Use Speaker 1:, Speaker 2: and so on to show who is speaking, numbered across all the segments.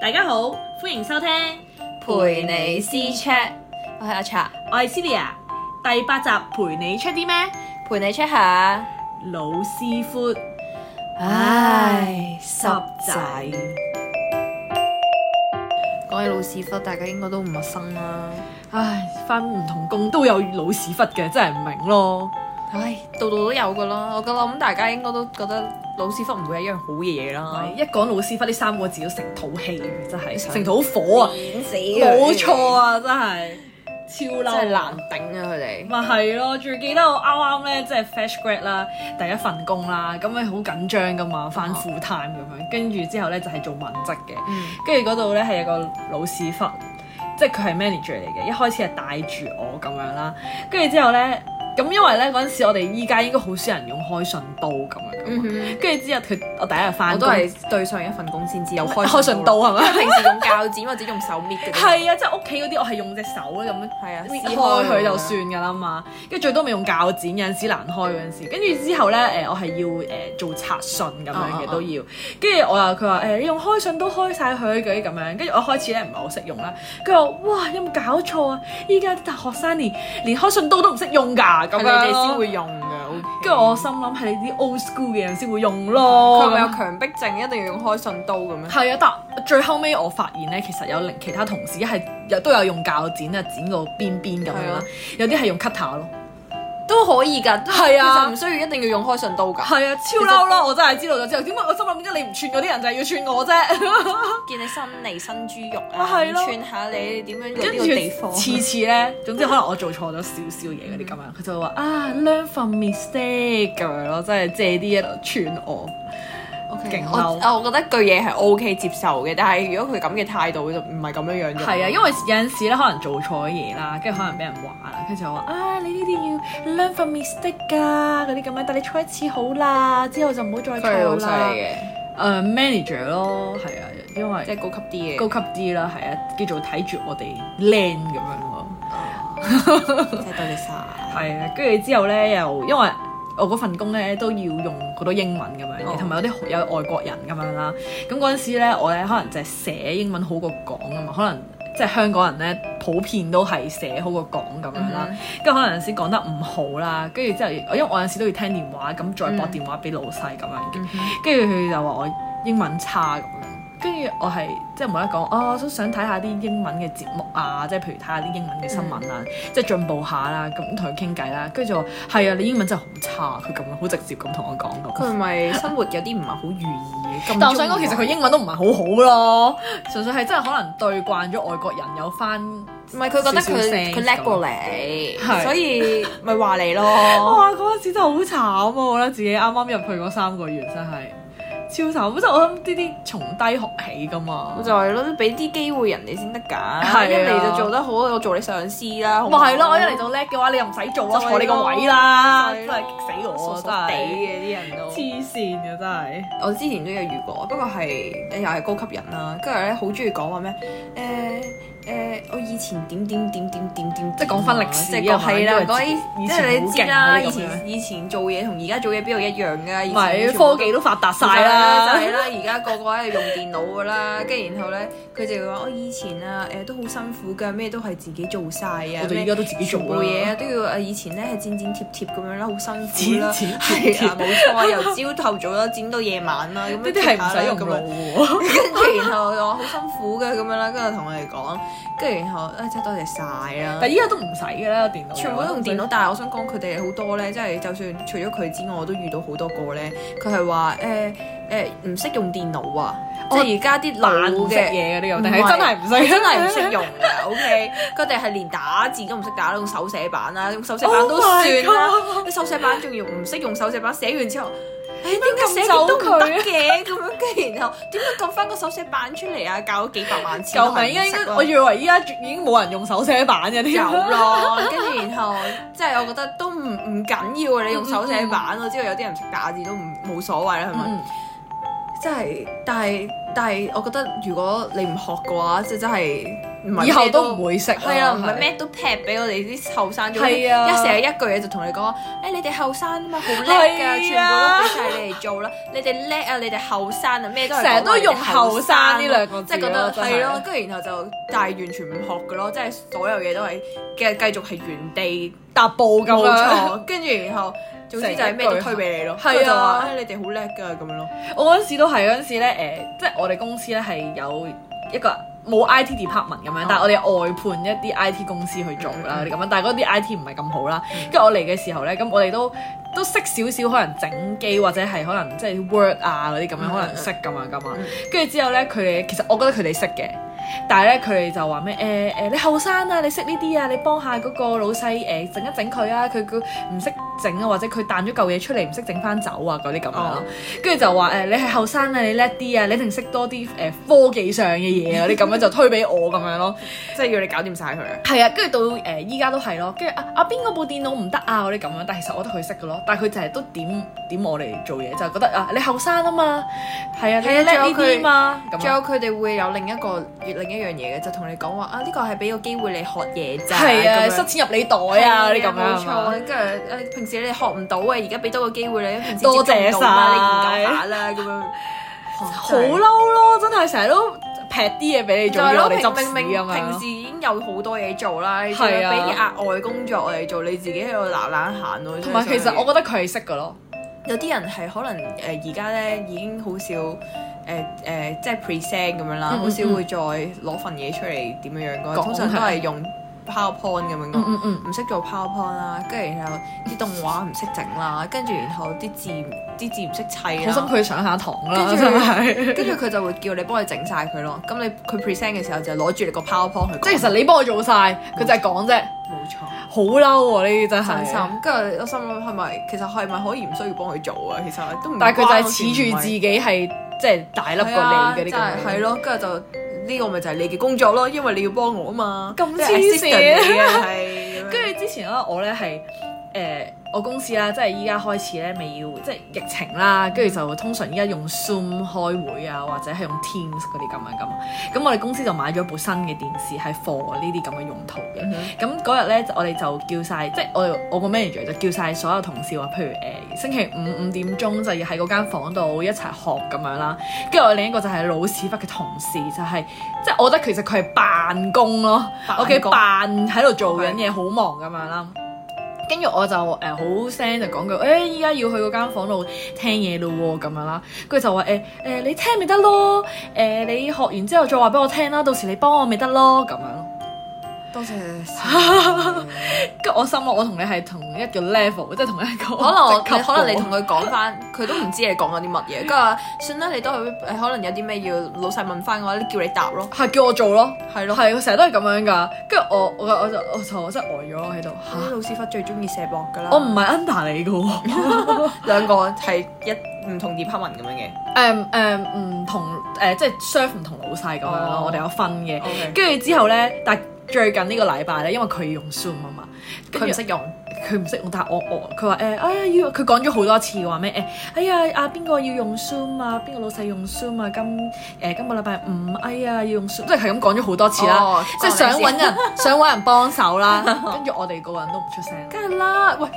Speaker 1: 大家好，歡迎收聽，
Speaker 2: 陪你私 chat，我係阿茶，
Speaker 1: 我係 Celia，第八集陪你 check 啲咩？
Speaker 2: 陪你 check 下。
Speaker 1: 老師傅，
Speaker 2: 唉，濕仔。講起老屎忽，大家應該都唔陌生啦。
Speaker 1: 唉，翻唔同工都有老屎忽嘅，真係唔明咯。
Speaker 2: 唉，度度都有噶啦。我覺得我諗大家應該都覺得老屎忽唔會係一樣好嘢啦。
Speaker 1: 一講老屎忽呢三個字都成肚氣，啊真係
Speaker 2: 想
Speaker 1: 成肚火啊！
Speaker 2: 點死
Speaker 1: 冇錯，啊，真係超
Speaker 2: 真
Speaker 1: 嬲，
Speaker 2: 係難頂啊！佢哋
Speaker 1: 咪係咯，最記得我啱啱咧，即係 fresh grad 啦，第一份工啦，咁咪好緊張噶嘛，翻 full time 咁樣，跟住之後咧就係、做文職
Speaker 2: 嗯
Speaker 1: 嘅，跟住嗰度咧係有個老屎忽，即係佢係 manager 嚟嘅，一開始係帶住我咁樣啦，跟住之後咧，咁因為咧嗰陣時我哋依家應該好少人用開信刀咁樣噶
Speaker 2: 嗯
Speaker 1: 嘛，
Speaker 2: 哼
Speaker 1: 跟住之後佢我第一日翻
Speaker 2: 我都係對上一份工先至有開啊
Speaker 1: 開信刀係咪
Speaker 2: 因為平時用鉸剪或者用手搣嘅。
Speaker 1: 係啊，即係屋企嗰啲我係用隻手咧咁樣。
Speaker 2: 係啊，
Speaker 1: 搣
Speaker 2: 撕啊
Speaker 1: 開佢就算㗎啦嘛，跟住最多咪用鉸剪，有陣時難開嗰陣時，跟住之後咧誒、我係要誒、做拆信咁樣
Speaker 2: 啊啊
Speaker 1: 嘅
Speaker 2: 啊
Speaker 1: 都要，跟住我又佢話誒你用開信都開晒佢嗰啲咁樣，跟住我開始咧唔係好識用啦，佢話哇有冇搞錯啊？依家啲大學生連連開信刀都唔識用㗎咁
Speaker 2: 係你
Speaker 1: 樣
Speaker 2: 哋先
Speaker 1: 咯，
Speaker 2: 會用嘅。
Speaker 1: 跟住我心諗係你啲 old school 嘅人先會用咯，
Speaker 2: 啊佢係咪有強迫症，一定要用開信刀咁樣？
Speaker 1: 係啊，但最後尾我發現咧，其實有另其他同事一係有都有用鉸剪啊，剪個邊邊咁樣
Speaker 2: 係
Speaker 1: 啦
Speaker 2: 啊，
Speaker 1: 有啲係用 cutter 咯，
Speaker 2: 都可以㗎，
Speaker 1: 係啊
Speaker 2: 其實唔需要一定要用開信刀㗎。
Speaker 1: 係啊，超嬲咯！我真係知道咗之後，點解我心諗點解你唔串嗰啲人就係要串我啫？
Speaker 2: 見你新嚟新豬肉
Speaker 1: 啊係咯
Speaker 2: 串下你點樣用
Speaker 1: 跟住 次次咧，總之可能我做錯咗少少嘢嗰啲咁樣，佢就會話啊 learn from mistake 咁樣咯，真係借啲嘢嚟串我。
Speaker 2: OK，
Speaker 1: 勁
Speaker 2: 我啊
Speaker 1: 嬲
Speaker 2: 我覺得句嘢係 OK 接受嘅，但係如果佢咁嘅態度就唔係咁樣樣啫。
Speaker 1: 係啊，因為有陣時咧可能做錯嘢啦，跟住可能俾人話啦，跟住就話啊你呢啲要 learn from mistake 㗎嗰啲咁樣，但你錯一次好啦，之後就唔好再
Speaker 2: 佢係老
Speaker 1: 錯
Speaker 2: 細
Speaker 1: 啦
Speaker 2: 嚟。
Speaker 1: 誒、
Speaker 2: 嘅，
Speaker 1: manager 咯，係啊，因為
Speaker 2: 即係高級啲嘅。
Speaker 1: 高級啲啦，係啊，叫做睇住我哋靚咁樣咯。
Speaker 2: 啊 即係多謝晒。
Speaker 1: 係啊，跟住之後咧，又因為我嗰份工咧都要用好多英文咁樣
Speaker 2: 哦
Speaker 1: 嘅，同埋、有啲有外國人咁樣啦。咁嗰陣時咧，我咧可能就係寫英文好過講啊嘛，可能即係香港人咧普遍都係寫好過講咁樣
Speaker 2: 嗯
Speaker 1: 啦。跟住、可能有陣時講得唔好啦，跟住之後，因為我有陣時都要聽電話，咁再
Speaker 2: 嗯
Speaker 1: 駁電話俾老細咁樣嘅
Speaker 2: 嗯。哼
Speaker 1: 跟住佢就話我英文差咁樣，跟住我係即係冇得講，哦，我都想睇下啲英文嘅節目啊，即係譬如睇下啲英文嘅新聞啊，即係進步下啦，咁同佢傾偈啦，跟住就話係啊，你英文真係好差，佢咁樣好直接咁同我講咁。
Speaker 2: 佢係咪生活有啲唔係好如意嘅？啊咁
Speaker 1: 但我想講，
Speaker 2: 中
Speaker 1: 其實佢
Speaker 2: 國
Speaker 1: 英文都唔係好好咯，純粹係真係可能對慣咗外國人有翻，
Speaker 2: 唔係佢覺得
Speaker 1: 少少聲
Speaker 2: 佢佢叻過
Speaker 1: 係
Speaker 2: 你，所以咪話你 咯。
Speaker 1: 哇！嗰陣時真係好慘啊，我覺得自己啱啱入去嗰三個月真係超慘，即係我諗呢啲從低學起噶嘛。
Speaker 2: 就係咯，俾啲機會人哋先得㗎。
Speaker 1: 係啊
Speaker 2: 一嚟就做得好，我做你上司啦。好唔好
Speaker 1: 咪係咯，我一嚟就叻嘅話，你又唔使做啊，
Speaker 2: 就係咯
Speaker 1: 坐你個位啦，
Speaker 2: 係
Speaker 1: 真
Speaker 2: 咯
Speaker 1: 係激死我啊，
Speaker 2: 傻傻地
Speaker 1: 真係
Speaker 2: 嘅啲人都。
Speaker 1: 黐線嘅真係。
Speaker 2: 我之前都有遇過，不過係又係高級人啦，跟住咧好中意講話咩誒誒，我以前點點點點點點，
Speaker 1: 即係講返歷史
Speaker 2: 即係講
Speaker 1: 啊嘛
Speaker 2: 係啦，
Speaker 1: 因為
Speaker 2: 講啲
Speaker 1: 以
Speaker 2: 即
Speaker 1: 前
Speaker 2: 係你知啦，
Speaker 1: 好勁啊呢個
Speaker 2: 以
Speaker 1: 咁樣
Speaker 2: 前以前做嘢同而家做嘢邊度一樣㗎？以
Speaker 1: 唔
Speaker 2: 前
Speaker 1: 係科技都發達晒啦，
Speaker 2: 就係啦，而家個個喺度用電腦噶啦，跟住然後咧，佢就會話：我以前啊，誒都好辛苦噶，咩都係自己做晒啊，
Speaker 1: 我哋
Speaker 2: 咩
Speaker 1: 而家都自己做啦
Speaker 2: 全部嘢啊都要誒，以前咧係剪剪貼貼咁樣啦，好 辛苦啦，
Speaker 1: 剪剪貼貼
Speaker 2: 係啊，冇 錯，由朝頭早啦，剪到夜晚啦，咁
Speaker 1: 呢
Speaker 2: 呢
Speaker 1: 啲係啊唔使用
Speaker 2: 咁
Speaker 1: 腦
Speaker 2: 樣。
Speaker 1: 喎。
Speaker 2: 跟住然後我好辛苦嘅咁樣啦，跟住同我哋講，跟住然後誒真係多謝晒啦。
Speaker 1: 但依家都唔使嘅啦，電腦
Speaker 2: 全部都用電腦，但係我想講佢哋好多咧，即係就算除咗佢之外，我都遇到好多個咧，佢係話誒誒唔識用電腦啊，即
Speaker 1: 哦
Speaker 2: 係而家啲
Speaker 1: 懶
Speaker 2: 老
Speaker 1: 唔識
Speaker 2: 嘅。
Speaker 1: 嘢嗰啲又
Speaker 2: 唔
Speaker 1: 定
Speaker 2: 係
Speaker 1: 係真係唔識，
Speaker 2: 真係唔識用嘅，OK，佢哋係連打字都唔識打，用手寫板啦，用手寫板都
Speaker 1: Oh my
Speaker 2: 算啦，你手寫板仲要唔識用手寫板，寫完之後，誒點解寫極都唔
Speaker 1: 咁
Speaker 2: 得
Speaker 1: 就
Speaker 2: 嘅咁樣，跟住然後點解撳翻個手寫板出嚟啊？教咗幾百萬次都
Speaker 1: 救
Speaker 2: 係
Speaker 1: 命！
Speaker 2: 唔
Speaker 1: 依家應
Speaker 2: 識啊
Speaker 1: 該
Speaker 2: 啦
Speaker 1: 我以為依家已經冇人用手寫板嘅啲
Speaker 2: 有
Speaker 1: 人。
Speaker 2: 咯，跟住然後即係我覺得都唔唔緊要啊！你用手寫板，我知道有啲人唔識打字都唔冇所謂啦，係咪？
Speaker 1: 嗯
Speaker 2: 即係，但係但係，我覺得如果你唔學嘅話，即係真係唔係
Speaker 1: 以後都唔會識啦。
Speaker 2: 係啊，唔係咩都劈俾我哋啲後生做，一
Speaker 1: 哦係啊
Speaker 2: 成日一句嘢就同你講，誒你哋後生啊嘛，好叻
Speaker 1: 係啊
Speaker 2: 㗎，全部都俾晒你哋做啦，你哋叻啊，你哋後生啊，咩都係講話
Speaker 1: 成日都用
Speaker 2: 你哋後生啊
Speaker 1: 後生呢兩個字
Speaker 2: 即係覺得
Speaker 1: 咯真係
Speaker 2: 係咯，跟住然後就但係完全唔學嘅咯，即係所有嘢都係嘅繼續係原地
Speaker 1: 踏步咁
Speaker 2: 冇
Speaker 1: 樣。
Speaker 2: 錯，跟住然後總之就係咩都推俾你咯，
Speaker 1: 成
Speaker 2: 佢
Speaker 1: 一句
Speaker 2: 就
Speaker 1: 係
Speaker 2: 話
Speaker 1: 啊
Speaker 2: 哎你哋好叻㗎咁樣咯，
Speaker 1: 我嗰陣時都係嗰陣時咧，誒、即係我哋公司咧係有一個冇 I T department
Speaker 2: 哦
Speaker 1: 咁樣，但係我哋外判一啲 I T 公司去做啦，
Speaker 2: 嗯
Speaker 1: 咁樣、但係嗰啲 I T 唔係咁好啦。跟住我嚟嘅時候咧，咁我哋都都識少少，可能整機或者係可能即係 Word 啊嗰啲咁樣，
Speaker 2: 嗯
Speaker 1: 可能識咁樣噶嘛
Speaker 2: 嗯。
Speaker 1: 跟住之後咧，佢哋其實我覺得佢哋識嘅。但係咧，佢哋就話咩？誒、誒，你後生啊，你識呢啲啊，你幫下嗰個老細誒、整一整佢啊，佢佢唔識整啊，或者佢彈咗嚿嘢出嚟唔識整翻走啊嗰啲咁樣咯
Speaker 2: 哦。
Speaker 1: 跟住就話誒、你係後生啊，你叻啲啊，你一定識多啲誒、科技上嘅嘢啊，你咁樣就推俾我咁樣咯。
Speaker 2: 即係要你搞掂晒佢啊。
Speaker 1: 係啊，跟住到誒依家都係咯，跟住啊啊邊個部電腦唔得啊嗰啲咁樣，但係其實我覺得佢識嘅咯，但係佢就係都點點我嚟做嘢，就係覺得啊你後生啊嘛，係啊你
Speaker 2: 係啊
Speaker 1: 叻呢
Speaker 2: 仲有
Speaker 1: 啲
Speaker 2: 佢
Speaker 1: 嘛，咁啊
Speaker 2: 仲有
Speaker 1: 樣
Speaker 2: 佢哋會有另一個另一樣嘢嘅，就同你講話啊，呢個係俾個機會你學嘢咋，
Speaker 1: 係啊
Speaker 2: 咁樣
Speaker 1: 塞錢入你袋啊嗰啲咁
Speaker 2: 係啊
Speaker 1: 樣
Speaker 2: 冇
Speaker 1: 係嘛。
Speaker 2: 錯。跟住誒，平時你哋學唔到啊，而家俾多個機會你，平時
Speaker 1: 多謝
Speaker 2: 接觸唔到啊
Speaker 1: 晒
Speaker 2: 你研究下啦咁樣。
Speaker 1: 好嬲咯，真係成日都劈啲嘢俾你
Speaker 2: 就
Speaker 1: 做，要
Speaker 2: 係咯，
Speaker 1: 我哋執
Speaker 2: 平
Speaker 1: 屎咁
Speaker 2: 明明
Speaker 1: 樣
Speaker 2: 平
Speaker 1: 咯啊
Speaker 2: 時。已經有好多嘢做啦，你仲
Speaker 1: 係
Speaker 2: 要
Speaker 1: 啊
Speaker 2: 俾啲額外工作我哋做，你自己喺度懶懶閒咯。
Speaker 1: 同埋其實我覺得佢係識嘅咯，
Speaker 2: 有啲人係可能呃誒而家咧已經好少誒誒，即係 present 咁樣啦，
Speaker 1: 嗯嗯
Speaker 2: 好少會再攞份嘢出嚟點樣樣嗰
Speaker 1: 講
Speaker 2: 啲，通常都係用 PowerPoint 咁樣講。
Speaker 1: 嗯嗯
Speaker 2: 唔識做 PowerPoint 啦，跟住然後啲動畫唔識整啦，跟住然後啲字啲字唔識砌
Speaker 1: 嗯，好心
Speaker 2: 啦，
Speaker 1: 佢上下堂啦，
Speaker 2: 跟住
Speaker 1: 真係。
Speaker 2: 跟住佢就會叫你幫佢整晒佢咯。咁你佢 present 嘅時候就攞住你個 PowerPoint 去講，
Speaker 1: 即係其實你幫我做晒，佢就係講啫，
Speaker 2: 冇錯。啊
Speaker 1: 好嬲喎呢啲真係
Speaker 2: 真。心，跟住我心諗係咪其實係咪可以唔需要幫佢做啊？其實都唔關我事，
Speaker 1: 但係佢就係恃住
Speaker 2: 唔係
Speaker 1: 自己係即係大粒過你嗰啲
Speaker 2: 係啊
Speaker 1: 咁樣。
Speaker 2: 真係係。咯，跟住就呢個咪就係你嘅工作咯，因為你要幫我啊嘛，
Speaker 1: 咁
Speaker 2: 即係
Speaker 1: 黐線
Speaker 2: assistant 你嘅係咁樣，
Speaker 1: 跟住之前咧，我咧係誒我公司啦，即係依家開始咧，未要即係疫情啦，跟住就通常依家用 Zoom 開會啊，或者係用 Teams 嗰啲咁樣咁。咁我哋公司就買咗部新嘅電視，係 for 呢啲咁嘅用途嘅。
Speaker 2: 嗯哼
Speaker 1: 咁嗰日咧，我哋就叫晒，即係我我個 manager 就叫晒所有同事話，譬如誒、呃星期五五點鐘就要喺嗰間房度一齊學咁樣啦。跟住我另一個就係老屎忽嘅同事，就係、即係我覺得其實佢係辦公咯
Speaker 2: 辦公
Speaker 1: ，OK 扮喺度做緊嘢，好忙咁
Speaker 2: 嗯
Speaker 1: 樣啦。跟住我就誒呃好聲就講句，誒依家要去嗰間房度聽嘢咯喎，咁樣啦。跟住就話誒誒你聽咪得咯，誒、你學完之後再話俾我聽啦，到時你幫我咪得咯，咁樣。
Speaker 2: 多謝。
Speaker 1: 跟住我心諗，我同你係同一個 level，即係同一個
Speaker 2: 可能我
Speaker 1: 職級
Speaker 2: 可能你
Speaker 1: 喎
Speaker 2: 同佢講翻，佢都唔知你講緊啲乜嘢，跟住話算啦，你都係誒可能有啲咩要老細問翻嘅話，你叫你答咯，
Speaker 1: 係叫我做咯，
Speaker 2: 係咯。
Speaker 1: 係佢成日都係咁樣噶。跟住我我我就我就我真係呆咗喺度
Speaker 2: 啲
Speaker 1: 嚇，
Speaker 2: 老師傅最中意射博㗎啦，
Speaker 1: 我唔係 under 你嘅喎，
Speaker 2: 兩個係一唔同 department 咁樣嘅。
Speaker 1: 誒誒唔同誒即係 serve 唔同老細咁樣咯
Speaker 2: 哦，
Speaker 1: 我哋有分嘅。
Speaker 2: OK，
Speaker 1: 跟住之後咧，但係最近呢個禮拜咧，因為佢用 Zoom 啊嘛，跟
Speaker 2: 佢
Speaker 1: 住
Speaker 2: 唔識用。
Speaker 1: 佢唔識用，但係我我佢話誒，哎呀要佢講咗好多次話咩誒，哎呀啊邊個要用 Zoom 啊，邊個老細用 Zoom 啊，今誒、今個禮拜五，哎呀要用 Zoom，即係係咁講咗好多次啦，
Speaker 2: 哦
Speaker 1: 即係想
Speaker 2: 關
Speaker 1: 揾
Speaker 2: 你事
Speaker 1: 人想揾人幫手啦，跟住我哋個個人都唔出聲啦。
Speaker 2: 梗係啦，喂，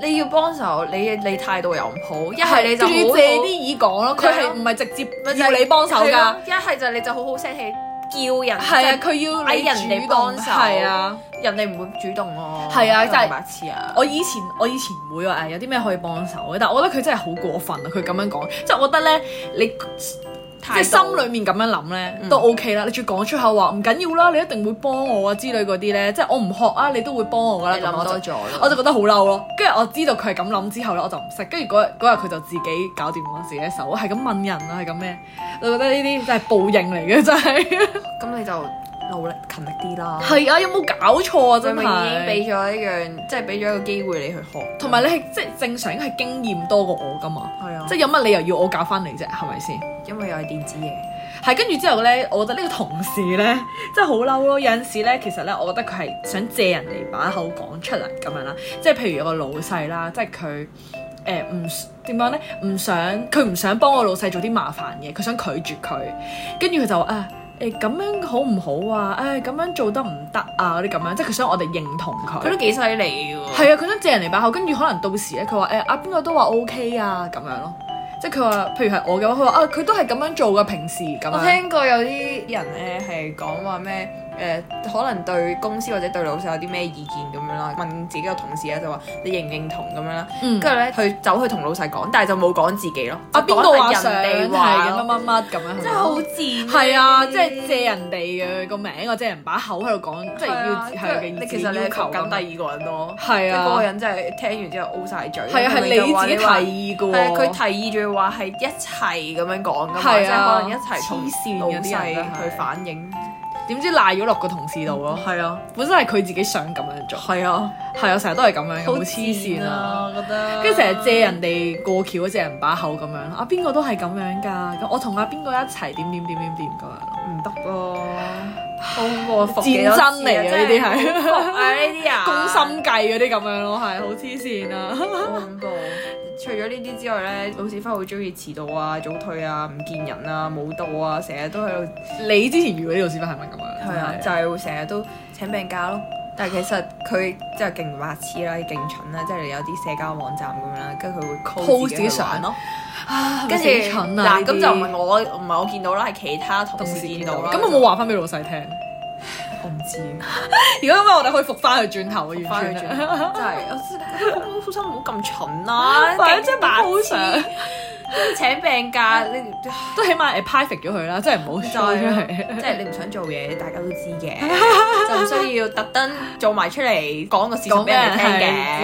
Speaker 2: 你你要幫手，你你態度又唔好，一
Speaker 1: 一係
Speaker 2: 係
Speaker 1: 你
Speaker 2: 你就
Speaker 1: 就
Speaker 2: 好
Speaker 1: 要
Speaker 2: 好
Speaker 1: 借啲耳講咯，佢係唔係直接要你幫手
Speaker 2: 係
Speaker 1: 㗎
Speaker 2: 咯？一係就你就好好聲氣叫人，
Speaker 1: 係啊，
Speaker 2: 即
Speaker 1: 佢要
Speaker 2: 嗌
Speaker 1: 你
Speaker 2: 人哋
Speaker 1: 主動
Speaker 2: 幫手
Speaker 1: 係啊。
Speaker 2: 係人哋唔會主動咯，
Speaker 1: 係啊
Speaker 2: 真
Speaker 1: 真係
Speaker 2: 係白痴啊！
Speaker 1: 我以前我以前會話誒有啲咩可以幫手嘅，但係我覺得佢真係好過分啊！佢咁樣講，即係我覺得咧，你即係
Speaker 2: 態度
Speaker 1: 心裏面咁樣諗咧
Speaker 2: 嗯
Speaker 1: 都 OK 啦。你仲要講出口話唔緊要啦，你一定會幫我啊之類嗰啲咧，即係我唔學啊，你都會幫我噶啦。
Speaker 2: 你
Speaker 1: 咁
Speaker 2: 諗
Speaker 1: 我
Speaker 2: 多
Speaker 1: 就
Speaker 2: 咗啦，
Speaker 1: 我就覺得好嬲咯。跟住我知道佢係咁諗之後咧，我就唔識。跟住嗰日嗰日佢就自己搞掂我自己手，係咁問人啊，係咁咩？我覺得呢啲真係報應嚟嘅，真係。
Speaker 2: 咁你就努力勤力啲啦。
Speaker 1: 係啊，有冇搞錯啊？
Speaker 2: 佢
Speaker 1: 真
Speaker 2: 咪已經
Speaker 1: 係。
Speaker 2: 俾咗一樣，即係俾咗一個機會你去學，
Speaker 1: 同埋你係即係正常，應該係經驗多過我噶嘛。
Speaker 2: 係啊，
Speaker 1: 即
Speaker 2: 即
Speaker 1: 係
Speaker 2: 係
Speaker 1: 有乜理由要我教翻你啫？係咪先？
Speaker 2: 因為又係電子嘢，
Speaker 1: 係跟住之後咧，我覺得呢個 同事咧，真係好嬲咯。有陣時咧，其實咧，我覺得佢係想借人哋把口講出嚟咁樣啦。即係譬如有個老細啦，即係佢誒唔點講咧，唔想佢唔想幫我老細做啲麻煩嘢，佢想拒絕佢。跟住佢就話啊誒咁樣好唔好啊？誒、咁樣做得唔得啊？嗰啲咁樣，即係佢想我哋認同
Speaker 2: 佢
Speaker 1: 佢
Speaker 2: 都。幾犀利嘅喎。
Speaker 1: 係啊，佢想借人嚟把口，跟住可能到時咧，佢話誒啊邊個都話 OK 啊咁樣咯。即係佢話，譬如係我嘅話，佢話啊，佢都係咁樣做噶，平時咁
Speaker 2: 我
Speaker 1: 樣。
Speaker 2: 聽過有啲人咧係講話咩誒，可能對公司或者對老細有啲咩意見咁樣啦，問自己個同事啊就話你認唔認同咁樣啦，
Speaker 1: 嗯
Speaker 2: 跟住咧佢走去同老細講，但係就冇講自己咯，
Speaker 1: 啊，
Speaker 2: 就
Speaker 1: 邊
Speaker 2: 講
Speaker 1: 個話
Speaker 2: 係
Speaker 1: 想
Speaker 2: 人
Speaker 1: 係
Speaker 2: 哋話
Speaker 1: 乜
Speaker 2: 咯，
Speaker 1: 乜乜咁樣？
Speaker 2: 真係好賤。
Speaker 1: 係啊，即係借人哋嘅個名，或者人把口喺度講，即係要
Speaker 2: 啊
Speaker 1: 係
Speaker 2: 跟
Speaker 1: 嘅
Speaker 2: 住你其實你
Speaker 1: 要
Speaker 2: 係
Speaker 1: 求
Speaker 2: 求
Speaker 1: 咁。啊
Speaker 2: 緊第二個人咯。即
Speaker 1: 係
Speaker 2: 係嗰個
Speaker 1: 啊，
Speaker 2: 人真係聽完之後 O 晒嘴，
Speaker 1: 係啊，係
Speaker 2: 咪
Speaker 1: 你
Speaker 2: 就話
Speaker 1: 自己
Speaker 2: 話
Speaker 1: 提議嘅
Speaker 2: 係啊，佢
Speaker 1: 喎。
Speaker 2: 提議仲要話係一齊咁樣講噶嘛，即
Speaker 1: 係啊
Speaker 2: 係可能一齊同
Speaker 1: 黐線嘅
Speaker 2: 老
Speaker 1: 啲人
Speaker 2: 細
Speaker 1: 都係
Speaker 2: 去反映。
Speaker 1: 點知賴咗落個同事度咯？
Speaker 2: 係啊，
Speaker 1: 本身係佢自己想咁樣做，
Speaker 2: 係啊，
Speaker 1: 係啊，成日都係咁樣嘅，好
Speaker 2: 好
Speaker 1: 黐線啊！！
Speaker 2: 我覺得
Speaker 1: 跟住成日借人哋過橋，借人把口咁樣，啊邊個都係咁樣㗎，咁我同阿邊個一齊點點點點點咁樣咯。
Speaker 2: 唔得咯，好恐怖啊！服幾多
Speaker 1: 戰爭嚟嘅
Speaker 2: 次啊
Speaker 1: 呢啲係
Speaker 2: 真好服啊呢啲 啊，
Speaker 1: 攻心計嗰啲咁樣咯，係好黐線 啊！
Speaker 2: 好恐怖。除咗呢啲之外咧，老屎忽好中意遲到啊、早退啊、唔見人啊、冇到啊，成日都喺度
Speaker 1: 你之前遇嗰啲老師傅係咪咁樣？
Speaker 2: 係啊，就係會成日都請病假咯。但係其實佢即係勁白痴啦，勁蠢啦，即係你有啲社交網站咁樣啦，跟住佢會
Speaker 1: po
Speaker 2: call 自
Speaker 1: 自己
Speaker 2: 己
Speaker 1: 相
Speaker 2: 相咯。
Speaker 1: 啊，跟
Speaker 2: 跟住
Speaker 1: 住蠢啊！呢
Speaker 2: 嗱，
Speaker 1: 啲
Speaker 2: 咁就唔係我唔係我見到啦，係其他同
Speaker 1: 同事
Speaker 2: 事見
Speaker 1: 見
Speaker 2: 到
Speaker 1: 到
Speaker 2: 啦。
Speaker 1: 啦。咁我冇話翻俾老細聽。
Speaker 2: 我唔知，
Speaker 1: 如果咁我哋可以復翻佢轉頭，完
Speaker 2: 翻去
Speaker 1: 全啊 係
Speaker 2: 轉頭真係，我好心唔好咁 蠢啦，
Speaker 1: 係啊
Speaker 2: 勁
Speaker 1: 真係冇
Speaker 2: 白
Speaker 1: 想
Speaker 2: 痴，請病假你
Speaker 1: 都起碼誒 private 咗佢啦，真係唔好 show 出 嚟。
Speaker 2: 即係你唔想做嘢，大家都知 嘅，就唔需要特登做埋出嚟講個事實俾人聽嘅。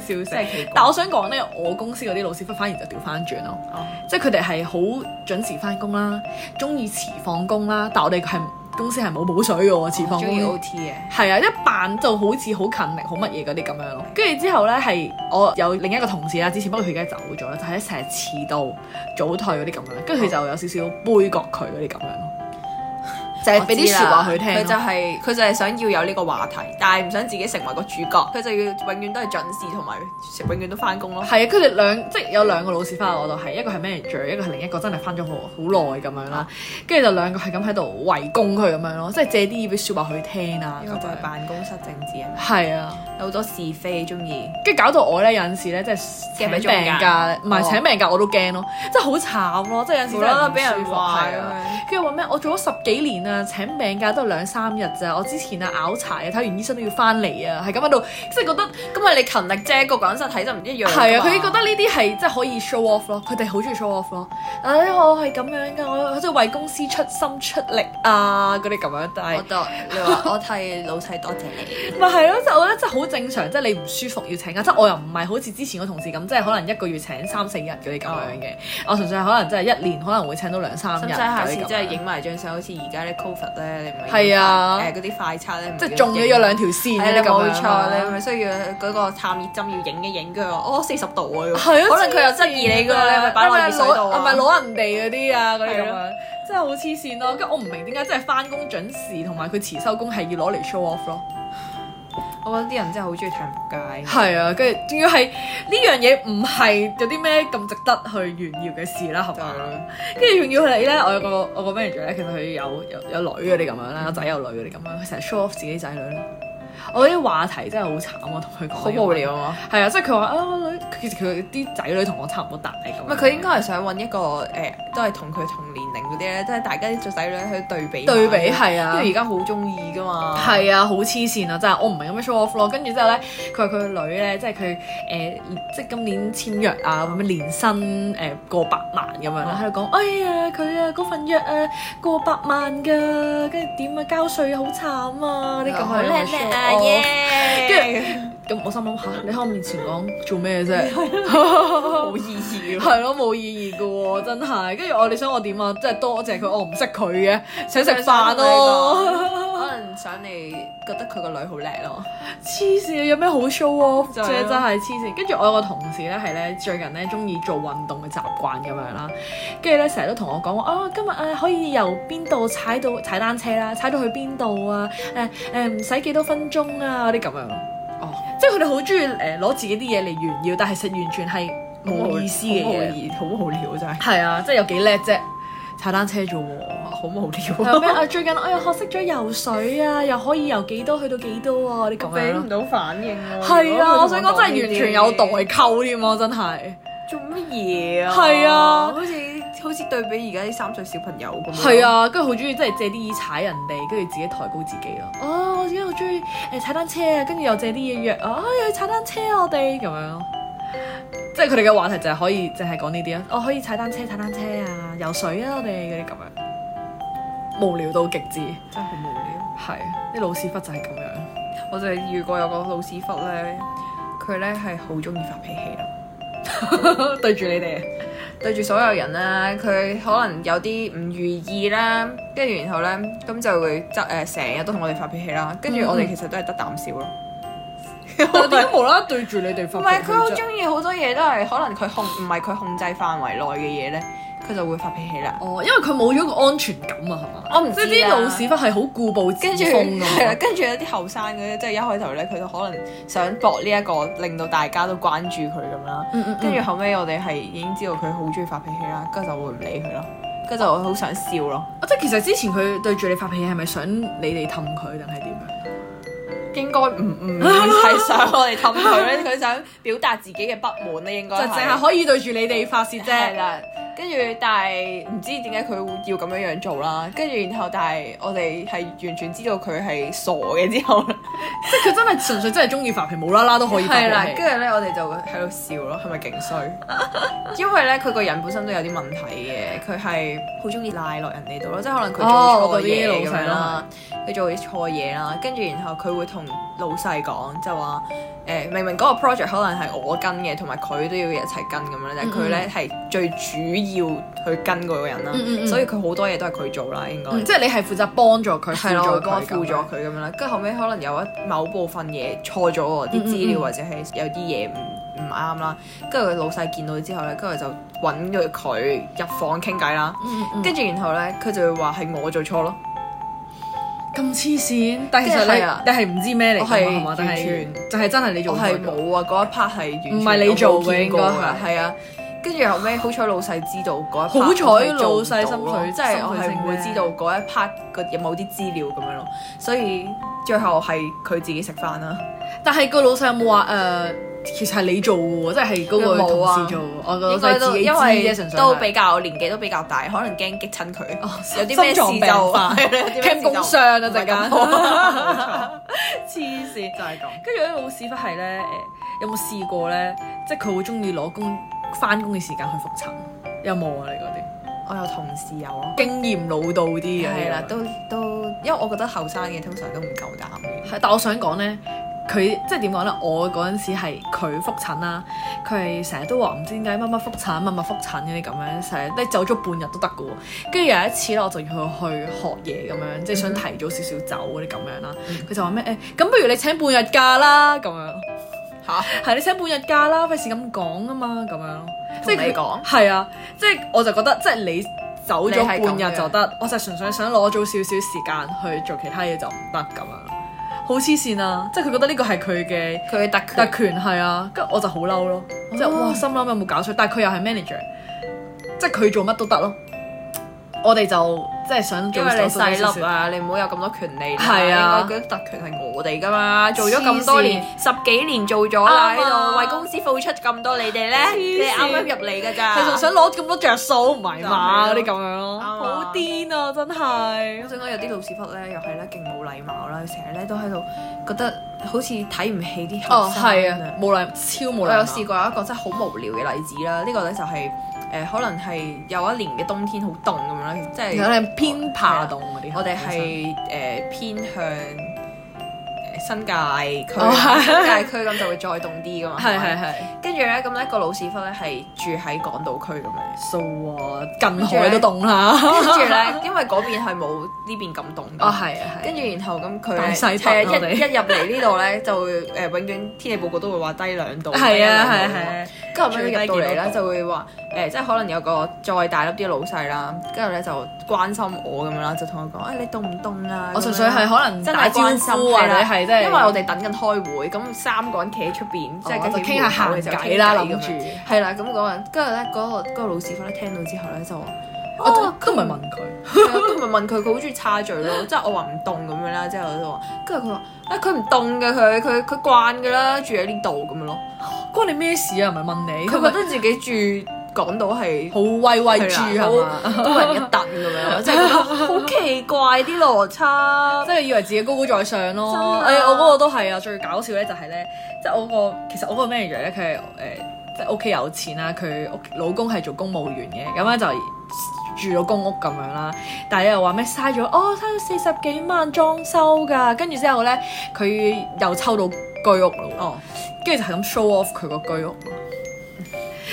Speaker 1: 嘅，知嘅，笑
Speaker 2: 真
Speaker 1: 死！
Speaker 2: 係奇怪
Speaker 1: 但我想講咧，我公司嗰啲老師傅反而就調翻轉咯，
Speaker 2: 哦
Speaker 1: 即係佢哋係好準時翻工啦，中意遲放工啦，但我哋係公司係冇補水嘅喎，遲放
Speaker 2: 中哦意
Speaker 1: 工
Speaker 2: O。T 嘅，
Speaker 1: 係啊，一扮就好似好勤力、好乜嘢嗰啲咁樣咯。跟住之後呢，係我有另一個同事啦，之前不過佢而家走咗啦，就係成日遲到、早退嗰啲咁樣。跟住佢就有少少杯葛佢嗰啲咁樣咯，就係俾啲説話佢聽
Speaker 2: 佢就
Speaker 1: 咯。
Speaker 2: 係佢就係想要有呢個話題，但係唔想自己成為個主角，佢就要永遠都係準時同埋永遠都翻工咯。
Speaker 1: 係啊，佢哋兩即係有兩個老師翻我度，係一個係 manager，一個係另一個真係翻咗好好耐咁樣
Speaker 2: 啊
Speaker 1: 啦。跟住就兩個係咁喺度圍攻佢咁樣咯，即係借啲嘢俾説話佢聽啊
Speaker 2: 呢
Speaker 1: 咁
Speaker 2: 個就係
Speaker 1: 樣。
Speaker 2: 辦公室政治啊，
Speaker 1: 係啊。
Speaker 2: 有好多是非中意。
Speaker 1: 跟住搞到我咧有陣時咧，即係請
Speaker 2: 夾喺中間
Speaker 1: 病假，唔係
Speaker 2: 哦
Speaker 1: 請病假我都驚咯，即係好慘咯，即係有陣時
Speaker 2: 無
Speaker 1: 真
Speaker 2: 啦
Speaker 1: 係
Speaker 2: 啦
Speaker 1: 唔
Speaker 2: 俾人
Speaker 1: 舒服
Speaker 2: 話
Speaker 1: 係啊
Speaker 2: 咁樣
Speaker 1: 跟住話咩？我做咗十幾年啊，請病假都係兩三日咋。我之前啊拗柴啊，睇完醫生都要翻嚟啊，係咁喺度，即係覺得
Speaker 2: 咁咪你勤力啫，個個人身體就唔一樣。
Speaker 1: 係啊，佢覺得呢啲係即係可以 show off 咯，佢哋好中意 show off 咯。唉，我係咁樣㗎，我即係為公司出心出力啊嗰啲咁樣，但
Speaker 2: 我
Speaker 1: 係
Speaker 2: 度你話我替老細多謝你，
Speaker 1: 咪係咯？即係我覺得即係好正常，即係你唔舒服要請假，即係我又唔係好似之前個同事咁，即係可能一個月請三四日嗰啲咁樣嘅。我純粹係可能即係一年可能會請到兩三日
Speaker 2: 使唔
Speaker 1: 嗰啲
Speaker 2: 使下次
Speaker 1: 咁樣啊
Speaker 2: 真係影埋張相？好似而家啲 Covid 咧，你咪
Speaker 1: 係啊
Speaker 2: 誒嗰啲快測咧，
Speaker 1: 即係中咗有兩條線
Speaker 2: 係
Speaker 1: 嗰
Speaker 2: 啦，
Speaker 1: 啲咁
Speaker 2: 冇
Speaker 1: 樣
Speaker 2: 錯，
Speaker 1: 啊。
Speaker 2: 你係咪需要嗰個探熱針要影一影佢話哦四十度啊咁，
Speaker 1: 係啊
Speaker 2: 可能佢又質疑你㗎喎，你係咪擺落熱水度
Speaker 1: 係咪
Speaker 2: 啊？
Speaker 1: 攞人哋嗰啲啊？嗰啲咁
Speaker 2: 係
Speaker 1: 樣，真係好黐線咯！跟住我唔明點解真係翻工準時，同埋佢遲收工係要攞嚟 show off 咯。
Speaker 2: 我覺得啲人真係好中意睇人仆街。
Speaker 1: 係啊，跟住仲要係呢樣嘢唔係啊有啲咩咁值得去炫耀嘅事啦，係啊
Speaker 2: 就係咯
Speaker 1: 嘛？跟住仲要係咧，我有個我個 manager 咧，其實佢有有有女嗰啲咁樣啦，有仔有女嗰啲咁樣，佢成日 show off 自己仔女咯。我啲話題真係好慘啊，同佢講
Speaker 2: 好無聊啊嘛！
Speaker 1: 係啊，即係佢話啊，我女其實佢啲仔女同我差唔多大咁樣。
Speaker 2: 唔係佢應該係想揾一個誒，都係同佢同年齡嗰啲咧，即係大家啲做仔女去對比
Speaker 1: 對比係
Speaker 2: 因
Speaker 1: 啊，
Speaker 2: 為而家好中意噶嘛。
Speaker 1: 係啊，好黐線啊！真係我唔明咁樣 show off 咯。跟住之後咧，佢話佢個女咧，即係佢誒，即係今年簽約啊，咁樣年薪誒、呃、過百萬咁樣啦，喺度講，哎呀佢啊嗰份約啊過百萬㗎，跟住點啊交稅啊好慘啊啲咁樣
Speaker 2: 好叻叻啊
Speaker 1: show off
Speaker 2: 耶！
Speaker 1: 跟咁 我心諗吓，你喺我面前講做咩啫？
Speaker 2: 冇意義喎。
Speaker 1: 係咯，冇意義嘅喎，真係。跟住我你想我點啊？即係多謝佢，我唔識佢嘅，請食飯啊
Speaker 2: 啊
Speaker 1: 咯。
Speaker 2: 可能想你覺得佢個女好叻咯，
Speaker 1: 黐線，有咩好 show off
Speaker 2: 就
Speaker 1: 啫？
Speaker 2: 係咯
Speaker 1: 真係黐線。跟住我有個同事咧，係咧最近咧中意做運動嘅習慣咁樣啦，跟住咧成日都同我講話啊，今日啊可以由邊度踩到踩單車啦，踩到去邊度啊？誒誒唔使幾多分鐘啊嗰啲咁樣。
Speaker 2: 哦，
Speaker 1: 即係佢哋好中意誒攞自己啲嘢嚟炫耀，但係其實完全係冇意思嘅
Speaker 2: 好無
Speaker 1: 嘢。
Speaker 2: 聊，好無聊真係，
Speaker 1: 係啊，即係有幾叻啫，踩單車啫喎。
Speaker 2: 好無
Speaker 1: 有咩
Speaker 2: 聊。
Speaker 1: 啊？最近 我又學識咗游水啊，又可以由幾多去到幾多啊？啲咁樣咯。
Speaker 2: 到反應喎
Speaker 1: 啊哦係啊，我想講真係完全有代溝添咯，真係。
Speaker 2: 做乜嘢啊？
Speaker 1: 係啊，
Speaker 2: 對比而家啲三歲小朋友咁樣。
Speaker 1: 係，啊，跟住好中意即係借啲嘢踩人哋，跟住自己抬高自己咯。哦，我而家好中意誒踩單車啊，跟住又借啲嘢約啊，啊去踩單車啊我哋咁樣咯。即係佢哋嘅話題就係可以，淨係講呢啲咯。我、可以踩單車，踩單車啊，游水啊，我哋嗰啲咁樣，無聊到極致，
Speaker 2: 真係好無聊。
Speaker 1: 係啲老屎忽就係咁樣。
Speaker 2: 我就係遇過有個老屎忽咧，佢咧係好中意發脾氣啦，
Speaker 1: 對住你哋，
Speaker 2: 啊對住所有人啦，佢可能有啲唔如意啦，跟住然後咧咁就會執誒成日都同我哋發脾氣啦，跟住我哋
Speaker 1: 嗯
Speaker 2: 其實都係得啖笑咯。
Speaker 1: 但點解無啦啦對住你哋發
Speaker 2: 唔
Speaker 1: 脾氣
Speaker 2: 係
Speaker 1: 啫
Speaker 2: 佢好中意好多嘢都係可能佢控唔係佢控制範圍內嘅嘢咧，佢就會發脾氣啦。
Speaker 1: 哦，因為佢冇咗個安全感啊，係嘛？
Speaker 2: 我唔知啊
Speaker 1: 即係啲老屎忽係好固步自
Speaker 2: 跟住
Speaker 1: 封啊㗎
Speaker 2: 係啦，啊
Speaker 1: 嘛。
Speaker 2: 跟住有啲後生嗰啲，即係一開頭咧，佢就可能想搏呢、一個，令到大家都關注佢咁啦。
Speaker 1: 嗯嗯
Speaker 2: 跟住後尾我哋係已經知道佢好中意發脾氣啦，跟住就會唔理佢咯，跟住就
Speaker 1: 哦
Speaker 2: 會好想笑咯。
Speaker 1: 啊即係其實之前佢對住你發脾氣係咪想你哋氹佢定係點啊樣？
Speaker 2: 應該唔 唔係想我哋氹佢咧，佢想表達自己嘅不滿咧，應該
Speaker 1: 就淨係可以對住你哋發泄
Speaker 2: 哦啊係
Speaker 1: 啫。
Speaker 2: 啦。跟住但係唔知點解佢會要咁樣樣做啦。跟住然後但係我哋係完全知道佢係傻嘅之後咧，
Speaker 1: 即係佢真係純粹真係中意發脾氣，無啦啦都可以發
Speaker 2: 係啦
Speaker 1: 脾。氣。
Speaker 2: 跟住咧我哋就會喺度笑咯，係咪 勁衰？因為咧佢個人本身都有啲問題嘅，佢係好中意賴落人哋度咯，即係可能佢
Speaker 1: 哦
Speaker 2: 做錯
Speaker 1: 嗰啲
Speaker 2: 嘢咁
Speaker 1: 老細
Speaker 2: 樣
Speaker 1: 咯
Speaker 2: 啦，佢做啲錯嘢啦，跟住然後佢會同老細講就話誒、明明嗰個 project 可能係我跟嘅，同埋佢都要一齊跟咁樣咧，
Speaker 1: 嗯
Speaker 2: 但係佢咧係最主要去跟嗰個人啦，
Speaker 1: 嗯嗯嗯
Speaker 2: 所以佢好多嘢都係佢做啦，應該。
Speaker 1: 嗯即係你係負責幫助佢，嗯
Speaker 2: 係
Speaker 1: 輔
Speaker 2: 啦，我
Speaker 1: 助
Speaker 2: 幫
Speaker 1: 佢，
Speaker 2: 輔助佢咁樣啦。跟住後尾可能有一某部分嘢錯咗喎，啲資料或者係有啲嘢唔唔啱啦。跟住佢老細見到之後咧，跟住就揾咗佢入房傾偈啦。
Speaker 1: 嗯嗯嗯
Speaker 2: 跟住然後咧，佢就會話係我做錯咯。
Speaker 1: 咁黐線，但係其實
Speaker 2: 即係係啊
Speaker 1: 你你係唔知咩嚟㗎嘛
Speaker 2: 我係
Speaker 1: 係嘛？但
Speaker 2: 完
Speaker 1: 係
Speaker 2: 全
Speaker 1: 就係真係你
Speaker 2: 我
Speaker 1: 做錯
Speaker 2: 係
Speaker 1: 咗
Speaker 2: 冇啊，嗰一 part 係完全
Speaker 1: 唔係你做嘅
Speaker 2: 應該
Speaker 1: 應該
Speaker 2: 係啊。跟住後尾好彩老細知道嗰一 part，
Speaker 1: 好彩
Speaker 2: 我係做唔
Speaker 1: 老細
Speaker 2: 到咯
Speaker 1: 心水
Speaker 2: 即係我
Speaker 1: 心水
Speaker 2: 係
Speaker 1: 清
Speaker 2: 唔會
Speaker 1: 啫
Speaker 2: 知道嗰一 part 個有冇啲資料咁樣咯。所以最後係佢自己食飯啦。
Speaker 1: 但係個老細有冇話誒？其實係你做嘅喎，即係嗰個同
Speaker 2: 冇啊
Speaker 1: 事做喎，我個老
Speaker 2: 應
Speaker 1: 細
Speaker 2: 該
Speaker 1: 自
Speaker 2: 都
Speaker 1: 己知
Speaker 2: 因為
Speaker 1: 啫，純粹
Speaker 2: 都
Speaker 1: 係
Speaker 2: 比較年紀都比較大，可能驚激親佢， 有啲咩事
Speaker 1: 心臟病
Speaker 2: 就
Speaker 1: 發
Speaker 2: 聽
Speaker 1: 聽工傷啊 陣間，
Speaker 2: 黐線。
Speaker 1: 就係咁。跟住啲老屎忽係咧，誒有冇試過咧？即係佢好中意攞工翻工嘅時間去復診，有冇啊？你
Speaker 2: 我有同事有咯，
Speaker 1: 嗰啲經驗老到啲嘅，
Speaker 2: 係啦，
Speaker 1: 你
Speaker 2: 都都，因為我覺得後生嘅通常都唔夠膽嘅，
Speaker 1: 係。但我想講咧，佢即係點講咧？我嗰陣時係佢復診啦，佢係成日都話唔知點解乜乜復診、乜乜復診嗰啲咁樣，成日都走咗半日都得嘅喎。跟住有一次咧，我就要佢去學嘢咁樣，即係想提早少少走嗰啲咁樣啦。佢就話咩誒？咁、不如你請半日假啦咁樣。
Speaker 2: 嚇
Speaker 1: 係你請半日假啦，費事咁講啊嘛，咁樣咯，
Speaker 2: 同
Speaker 1: 係
Speaker 2: 你
Speaker 1: 佢
Speaker 2: 講
Speaker 1: 係啊，即係我就覺得即係你走咗
Speaker 2: 你係咁
Speaker 1: 半
Speaker 2: 嘅
Speaker 1: 日就得，我就純粹想攞早少少時間去做其他嘢就唔得咁樣，好黐線啊！即係佢覺得呢個係佢嘅
Speaker 2: 佢嘅特
Speaker 1: 特
Speaker 2: 權
Speaker 1: 權係啊，跟住我就好嬲咯，即係
Speaker 2: 哦
Speaker 1: 哇心諗有冇搞錯？但係佢又係 manager，即係佢做乜都得咯，我哋就即係想
Speaker 2: 因
Speaker 1: 做
Speaker 2: 為
Speaker 1: 做
Speaker 2: 你
Speaker 1: 少
Speaker 2: 細
Speaker 1: 少
Speaker 2: 粒啊，你唔好有咁多權利啦。
Speaker 1: 係啊
Speaker 2: 應該嗰啲特權係我哋噶嘛，做咗咁多年，十幾年做咗啦，
Speaker 1: 啱啊
Speaker 2: 喺度為公司付出咁多，你哋咧，
Speaker 1: 黐線
Speaker 2: 你哋啱啱入嚟㗎咋。
Speaker 1: 佢仲想攞咁多着數，唔係嘛嗰啲咁樣咯，
Speaker 2: 啱啊
Speaker 1: 好癲啊！真係
Speaker 2: 我。想講有啲老屎忽咧，又係咧勁冇禮貌啦，成日咧都喺度覺得好似睇唔起啲
Speaker 1: 哦
Speaker 2: 後，生
Speaker 1: 係
Speaker 2: 咁樣
Speaker 1: 啊，冇禮，超啊冇禮
Speaker 2: 我
Speaker 1: 貌。
Speaker 2: 有試過有一個真係好無聊嘅例子啦，呢、個咧就係、誒、可能係有一年嘅冬天好凍咁樣啦，即
Speaker 1: 有
Speaker 2: 係
Speaker 1: 啲偏怕凍嗰啲。
Speaker 2: 我哋係誒偏向誒新界區，啊
Speaker 1: 哦係
Speaker 2: 新界區咁就會再凍啲噶嘛。
Speaker 1: 係
Speaker 2: 咪
Speaker 1: 係係
Speaker 2: 跟住咧咁咧個老屎忽咧係住喺港島區咁樣。
Speaker 1: ，so 啊，近海都凍啦。
Speaker 2: 跟住咧，因為嗰邊係冇呢邊咁凍㗎
Speaker 1: 哦，
Speaker 2: 嘛
Speaker 1: 係啊，係。
Speaker 2: 跟住然後咁佢
Speaker 1: 大西北
Speaker 2: 係啊
Speaker 1: 我哋
Speaker 2: 一一入嚟呢度 咧，就會誒永遠天氣報告都會話低兩度，低一
Speaker 1: 係啊，係
Speaker 2: 兩度
Speaker 1: 係。
Speaker 2: 跟住後尾佢入到嚟
Speaker 1: 最低幾
Speaker 2: 咧
Speaker 1: 多度
Speaker 2: 就會話誒、即係可能有個再大粒啲嘅老細啦，跟住咧就關心我咁樣啦，就同我講誒、哎你凍唔凍啊？
Speaker 1: 我
Speaker 2: 咁樣
Speaker 1: 純粹係可能
Speaker 2: 真
Speaker 1: 打
Speaker 2: 係
Speaker 1: 招
Speaker 2: 關心
Speaker 1: 呼啊或者係即係，哦
Speaker 2: 因為我哋等緊開會，咁三個人企喺出邊，即係
Speaker 1: 就
Speaker 2: 跟住
Speaker 1: 傾下
Speaker 2: 行
Speaker 1: 閒偈啦，諗住。
Speaker 2: 係啦，咁嗰個人，跟住咧嗰個嗰個老屎忽咧聽到之後咧就話。
Speaker 1: 我都
Speaker 2: 哦
Speaker 1: 都唔係問佢，
Speaker 2: 佢咪問佢，佢好中意叉嘴咯，即係我話唔凍咁樣啦，之後我就話，跟住佢話啊佢唔凍嘅佢，佢佢慣嘅啦，住喺呢度咁樣咯，
Speaker 1: 關你咩事啊？唔係問你，
Speaker 2: 佢
Speaker 1: 佢覺
Speaker 2: 覺
Speaker 1: 得
Speaker 2: 得自己住講到係
Speaker 1: 好威威
Speaker 2: 係
Speaker 1: 豬
Speaker 2: 啦
Speaker 1: 係嘛？
Speaker 2: 好高人一等咁樣咯，即係覺得好奇怪啲邏輯。
Speaker 1: 即係以為自己高高在上咯。
Speaker 2: 真啊
Speaker 1: 誒、我嗰個都係啊！最搞笑咧就係咧，即係我個其實我個 manager 咧，佢係誒即係屋企有錢啦，佢屋老公係做公務員嘅，咁咧就住到公屋咁樣啦。但係又話咩嘥咗哦，嘥咗四十幾萬裝修㗎，跟住之後咧佢又抽到居屋咯喎。
Speaker 2: 哦，
Speaker 1: 跟住就係咁 show off 佢個居屋。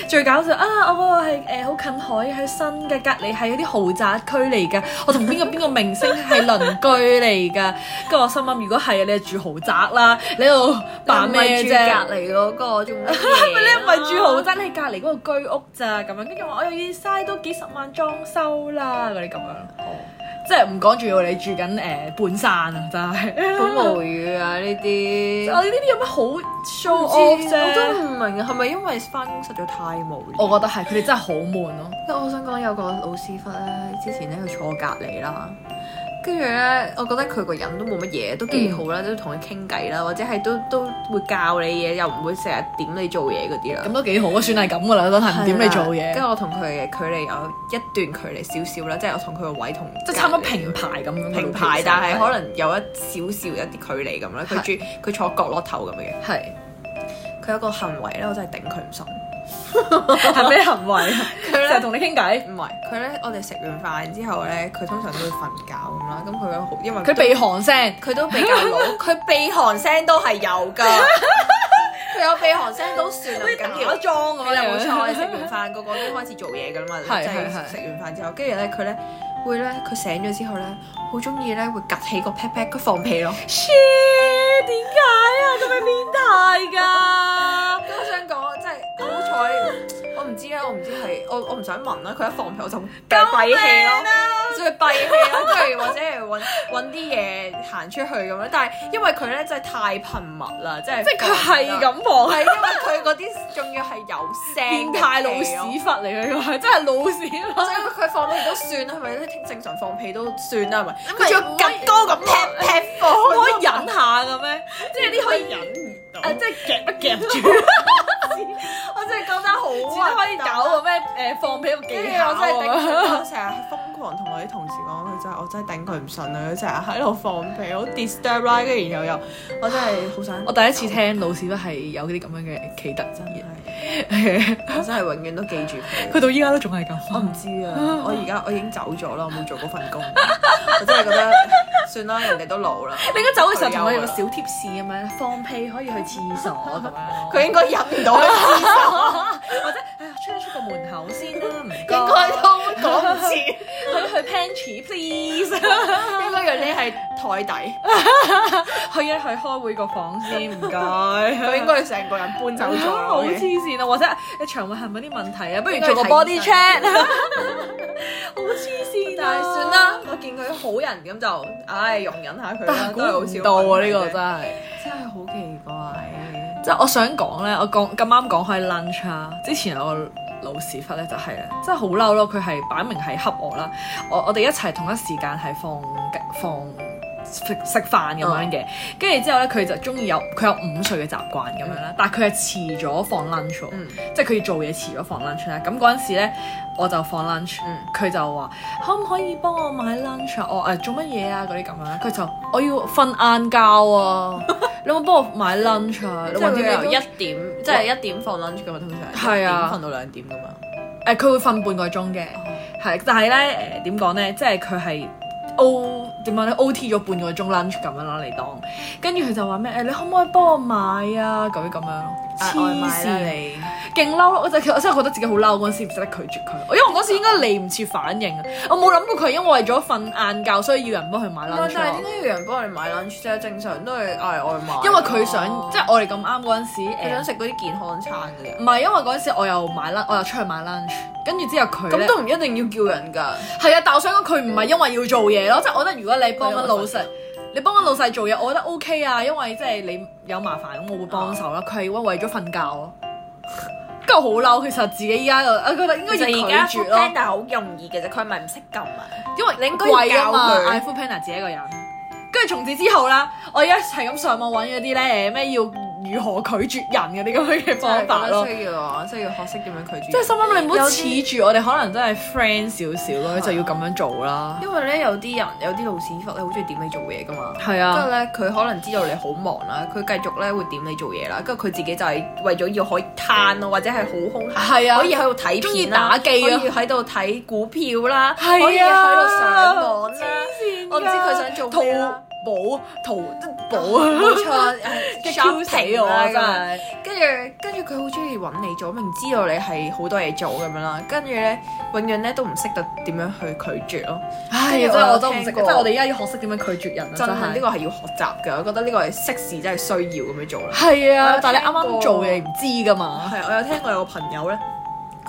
Speaker 1: 最搞笑啊！我嗰個係誒好近海，喺新嘅隔離係嗰啲豪宅區嚟㗎。我同 邊個邊個明星係鄰居嚟㗎。跟住我心諗，如果係你係住豪宅啦，你喺度扮咩
Speaker 2: 你
Speaker 1: 啫？
Speaker 2: 唔係住隔離嗰個仲乜嘢啊
Speaker 1: 你唔係住豪宅，你係隔離嗰個居屋咋咁樣。跟住我話我哎又要嘥多幾十萬裝修啦，嗰啲咁樣。
Speaker 2: 哦
Speaker 1: 即係唔講住要你住緊誒、呃半山啊，真係。
Speaker 2: 好無語啊！呢 啲
Speaker 1: 我哋呢啲有乜好 show
Speaker 2: 我
Speaker 1: off
Speaker 2: 我都
Speaker 1: 啫？
Speaker 2: 唔明啊，係咪因為翻工實在太無聊？
Speaker 1: 我覺得係佢哋真係好悶咯。
Speaker 2: 我想講有個老師傅咧，之前咧佢坐我隔離啦，跟住咧，我覺得佢個人都冇乜嘢，都
Speaker 1: 嗯
Speaker 2: 幾好啦，都同佢傾偈啦，或者係都都會教你嘢，又唔會成日點你做嘢嗰啲啦。
Speaker 1: 咁都幾好啊，算係咁噶啦，真係唔點你做
Speaker 2: 係啦跟
Speaker 1: 嘢，
Speaker 2: 住我同佢嘅距離有一段距離少少啦，即係我同佢個位同
Speaker 1: 即係差唔多平排咁樣。
Speaker 2: 平排，但係可能有一少少一啲距離咁啦。佢住佢坐角落頭咁樣嘅，
Speaker 1: 係
Speaker 2: 佢有一個行為咧，我真係頂佢唔順。
Speaker 1: 係咩行為？
Speaker 2: 佢
Speaker 1: 成日同你傾偈，
Speaker 2: 唔係佢咧，我哋食完飯之後咧，佢通常都會瞓覺咁啦。咁佢好，因為
Speaker 1: 佢鼻鼾聲，
Speaker 2: 佢都比 較老，佢鼻鼾聲都係有㗎。佢有鼻鼾聲都算啦，唔緊 要。
Speaker 1: 裝
Speaker 2: 係啦，冇錯，我哋食完飯個個都開始做嘢㗎啦嘛，
Speaker 1: 係
Speaker 2: 即係
Speaker 1: 係係
Speaker 2: 食完飯之後，跟住咧佢咧會咧佢醒咗之後咧，好中意咧會趌起個 pat pat，佢放屁咯。
Speaker 1: Shit！點解啊？咁樣變態㗎？
Speaker 2: 我想講即係好彩，我唔知啦，啊我唔知係我我唔想聞啦，佢一放屁我就閉氣咯。就係閉氣啦，跟住或者係揾揾啲嘢行出去咁樣，但係因為佢咧真係太頻密啦，即係
Speaker 1: 即係佢係咁
Speaker 2: 係
Speaker 1: 放，
Speaker 2: 因為佢嗰啲仲要係有聲
Speaker 1: 變
Speaker 2: 嘅
Speaker 1: 態
Speaker 2: 氣咯
Speaker 1: 老屎忽嚟嘅，佢係真係老屎
Speaker 2: 即
Speaker 1: 忽。
Speaker 2: 係因為佢放屁都算啦，係咪？正常放屁都算啦，係咪？
Speaker 1: 為
Speaker 2: 佢仲要趌高咁劈劈放，
Speaker 1: 可以忍下嘅咩？即係啲可以
Speaker 2: 忍唔到
Speaker 1: 誒，即係啊夾一夾住，
Speaker 2: 我真係覺得好
Speaker 1: 只
Speaker 2: 啊，
Speaker 1: 可以搞個咩誒放屁個
Speaker 2: 跟住
Speaker 1: 技巧
Speaker 2: 我真係頂唔
Speaker 1: 啊！
Speaker 2: 順，我成日瘋狂同我啲同事講，佢真係我真係頂佢唔順啊！佢成日喺度放屁，好 disturb 啦，跟住然後又我真係好想，
Speaker 1: 我第一次聽老屎忽係有啲咁樣嘅奇特
Speaker 2: 真
Speaker 1: 嘢。
Speaker 2: 係，啊我真係永遠都記住佢。
Speaker 1: 佢到依家都仲係咁。
Speaker 2: 我唔 知啊，我而家我已經走咗啦，我冇做嗰份工，我真係覺得算啦，人哋都老啦。
Speaker 1: 你而家走嘅時候同我有
Speaker 2: 退
Speaker 1: 個
Speaker 2: 休啦
Speaker 1: 小貼士咁樣， 放屁可以去廁所咁樣。
Speaker 2: 佢應該忍唔到啦，
Speaker 1: 或者哎呀，出一出個門口先啦，唔該。應
Speaker 2: 應該都講唔切，
Speaker 1: 去去 pantry please。
Speaker 2: 應該有啲係台底，
Speaker 1: 去一去開會個房先，唔 該。啊
Speaker 2: 佢應該成個人搬走 咗啦。
Speaker 1: 好
Speaker 2: 已
Speaker 1: 黐
Speaker 2: 經
Speaker 1: 線啊！或者你腸胃係咪有啲問題啊？不如
Speaker 2: 應該
Speaker 1: 做個
Speaker 2: 睇
Speaker 1: body
Speaker 2: 醫生
Speaker 1: check。好黐線
Speaker 2: 但
Speaker 1: 啊！
Speaker 2: 係算。啦，我見佢好人咁就，唉，容忍下佢
Speaker 1: 但
Speaker 2: 啦，
Speaker 1: 係
Speaker 2: 都係好
Speaker 1: 估
Speaker 2: 少
Speaker 1: 唔到啊！
Speaker 2: 問題
Speaker 1: 呢個
Speaker 2: 啫
Speaker 1: 真係，
Speaker 2: 真係好奇怪。
Speaker 1: 即係我想講咧，我講咁啱講開 lunch 啊，之前有個老屎忽咧就係咧，真係好嬲咯！佢係擺明係恰我啦，我我哋一齊同一時間係放放食食飯咁樣嘅，跟住之後咧佢就中意有佢有午睡嘅習慣咁樣啦，但係佢係遲咗放 lunch 喎。
Speaker 2: 嗯
Speaker 1: 即係佢要做嘢遲咗放 lunch 啦。咁嗰陣時咧，我就放 lunch，
Speaker 2: 嗯
Speaker 1: 佢、就話可唔可以幫我買 lunch 啊？我誒、做乜嘢啊？嗰啲咁樣，佢就我要瞓晏覺啊！ 你有冇幫我買 lunch 啊？你
Speaker 2: 即係
Speaker 1: 揾啲
Speaker 2: 佢由
Speaker 1: 理
Speaker 2: 一
Speaker 1: 由
Speaker 2: 點，即係一點放 lunch 噶嘛，通常
Speaker 1: 係啊
Speaker 2: 一點瞓到兩點噶嘛。
Speaker 1: 誒，佢會瞓半個鐘嘅，
Speaker 2: 嗯
Speaker 1: 係、但係咧誒點講咧，即係佢係 O 點講咧 OT 咗半個鐘 lunch 咁樣啦，你當，跟住佢就話咩誒，你可唔可以幫我買啊？咁樣咁樣咯，
Speaker 2: 嗌外賣啦
Speaker 1: 線
Speaker 2: 你，
Speaker 1: 勁嬲咯！我就其實我真係覺得自己好嬲嗰陣時，唔識得拒絕佢，因為我嗰時應該嚟唔切反應啊！我冇諗過佢係因為為咗瞓晏覺，所以要人幫佢買
Speaker 2: 唔係
Speaker 1: lunch
Speaker 2: 但係
Speaker 1: 咯。
Speaker 2: 點解要人幫你買 lunch 啫？正常都係嗌外賣啊。
Speaker 1: 因為佢想，即係我哋咁啱嗰陣時，
Speaker 2: 佢想
Speaker 1: 誒
Speaker 2: 食嗰啲健康餐嘅
Speaker 1: 唔
Speaker 2: 啫。
Speaker 1: 係因為嗰陣時我又買 lunch，我又出去買 lunch，跟住之後佢
Speaker 2: 咁
Speaker 1: 咧
Speaker 2: 都唔一定要叫人㗎。
Speaker 1: 係啊，但我想講佢唔係因為要做嘢咯，即係我覺得如果你幫緊老細，你幫緊老細做嘢，我覺得 OK 啊，因為即係你有麻煩咁，我會幫手啦。佢係為咗瞓覺咯，跟住我好嬲，其實自己依家就我覺得應該要拒絕咯。
Speaker 2: 但係好容易嘅啫，佢咪唔識撳啊？
Speaker 1: 因為你應該
Speaker 2: 貴啊嘛
Speaker 1: 嗌 Foodpanda 自己一個人。跟住從此之後啦，我而家係咁上網揾嗰啲咧誒咩要如何拒絕人嗰啲咁樣嘅方法咯。
Speaker 2: 需要啊，需要學識點樣拒絕。
Speaker 1: 即係心諗你唔好
Speaker 2: 有啲
Speaker 1: 恃住我哋可能真係 friend 少少
Speaker 2: 啊
Speaker 1: 咯，就要咁樣做啦。
Speaker 2: 因為咧有啲人有啲老屎忽咧，好中意點你做嘢噶嘛。
Speaker 1: 係
Speaker 2: 跟住
Speaker 1: 啊，
Speaker 2: 咧，佢可能知道你好忙啦，佢繼續咧會點你做嘢啦，跟住佢自己就係為咗要可以攤咯，或者係好空閒，
Speaker 1: 係啊
Speaker 2: 可以喺度睇
Speaker 1: 中意
Speaker 2: 片啦
Speaker 1: 打機啊
Speaker 2: 可以喺度睇股票啦，
Speaker 1: 係啊
Speaker 2: 可以喺度上網啦，我
Speaker 1: 我
Speaker 2: 唔知佢想做
Speaker 1: 淘
Speaker 2: 咩啦
Speaker 1: 寶淘寶
Speaker 2: 冇錯
Speaker 1: 激
Speaker 2: ，shopping
Speaker 1: 死我真
Speaker 2: 啦
Speaker 1: 係。
Speaker 2: 啊跟住跟住佢好中意揾你做，明知道你係好多嘢做咁樣啦，跟住咧永遠咧都唔識得點樣去拒絕咯。
Speaker 1: 唉，
Speaker 2: 跟
Speaker 1: 真
Speaker 2: 住我
Speaker 1: 係
Speaker 2: 有
Speaker 1: 我都唔識，
Speaker 2: 聽
Speaker 1: 即
Speaker 2: 過
Speaker 1: 係我哋而家要學識點樣拒絕人啊！
Speaker 2: 真
Speaker 1: 真
Speaker 2: 係呢
Speaker 1: 係
Speaker 2: 個係要學習嘅，我覺得呢個係適時真係需要咁樣做啦。
Speaker 1: 係
Speaker 2: 我
Speaker 1: 啊
Speaker 2: 有，
Speaker 1: 但係你
Speaker 2: 聽
Speaker 1: 啱啱
Speaker 2: 過
Speaker 1: 做嘢唔知噶嘛。
Speaker 2: 係，我有聽過有個朋友咧，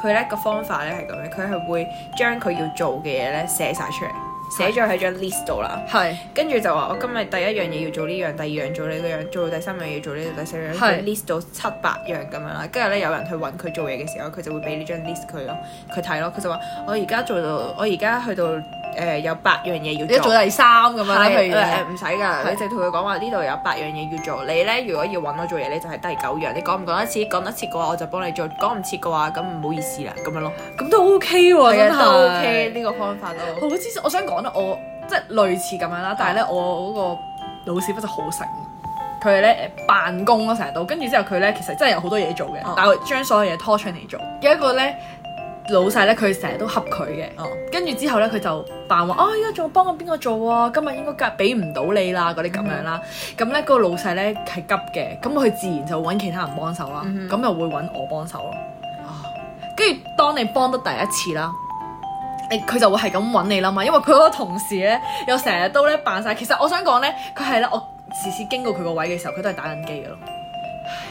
Speaker 2: 佢咧個方法咧係咁樣，佢係會將佢要做嘅嘢咧寫晒出嚟，寫咗喺張 list 度啦。
Speaker 1: 係
Speaker 2: 跟住就話我哦今日第一樣嘢要做呢樣，第二樣做呢樣，做到第三樣嘢做呢樣，第四樣
Speaker 1: 係
Speaker 2: 佢 list 到七八樣咁樣啦。跟住咧有人去揾佢做嘢嘅時候，佢就會俾呢張 list 佢咯，佢睇咯，佢就話我而家做到，我而家去到誒、呃有八樣嘢要
Speaker 1: 你做第三咁樣啦，譬
Speaker 2: 係
Speaker 1: 如
Speaker 2: 誒呃唔使㗎，
Speaker 1: 係
Speaker 2: 你就同佢講話呢度有八樣嘢要做，你咧如果要揾我做嘢，你就係第九樣。你講唔講得切？講得切嘅話，我就幫你做；講唔切嘅話，咁唔好意思啦，咁 樣咯。
Speaker 1: 咁都 OK 喎，
Speaker 2: 係
Speaker 1: 真
Speaker 2: 啊，
Speaker 1: 係
Speaker 2: 都 OK 呢個方法
Speaker 1: 好黐
Speaker 2: 咯。
Speaker 1: 線！我想講咧，我即係類似咁樣啦，但係咧我嗰個老屎忽就好醒，佢咧誒辦公咯成日都，跟住之後佢咧其實真係有好多嘢做嘅，
Speaker 2: 哦
Speaker 1: 但係佢將所有嘢拖長嚟做。有一個咧老細咧，佢成日都恰佢嘅，
Speaker 2: 哦，
Speaker 1: 跟住之後咧佢就扮話啊，依家仲幫緊邊個做啊？今日應該夾俾唔到你啦，嗰啲咁樣啦。咁咧嗰個老細咧係急嘅，咁佢自然就揾其他人幫手啦，
Speaker 2: 嗯
Speaker 1: 咁又會揾我幫手咯。跟住當你幫得第一次啦，誒佢就會係咁揾你啦嘛，因為佢嗰個同事咧又成日都咧扮晒。其實我想講咧，佢係啦，我時時經過佢個位嘅時候，佢都係打緊機嘅咯。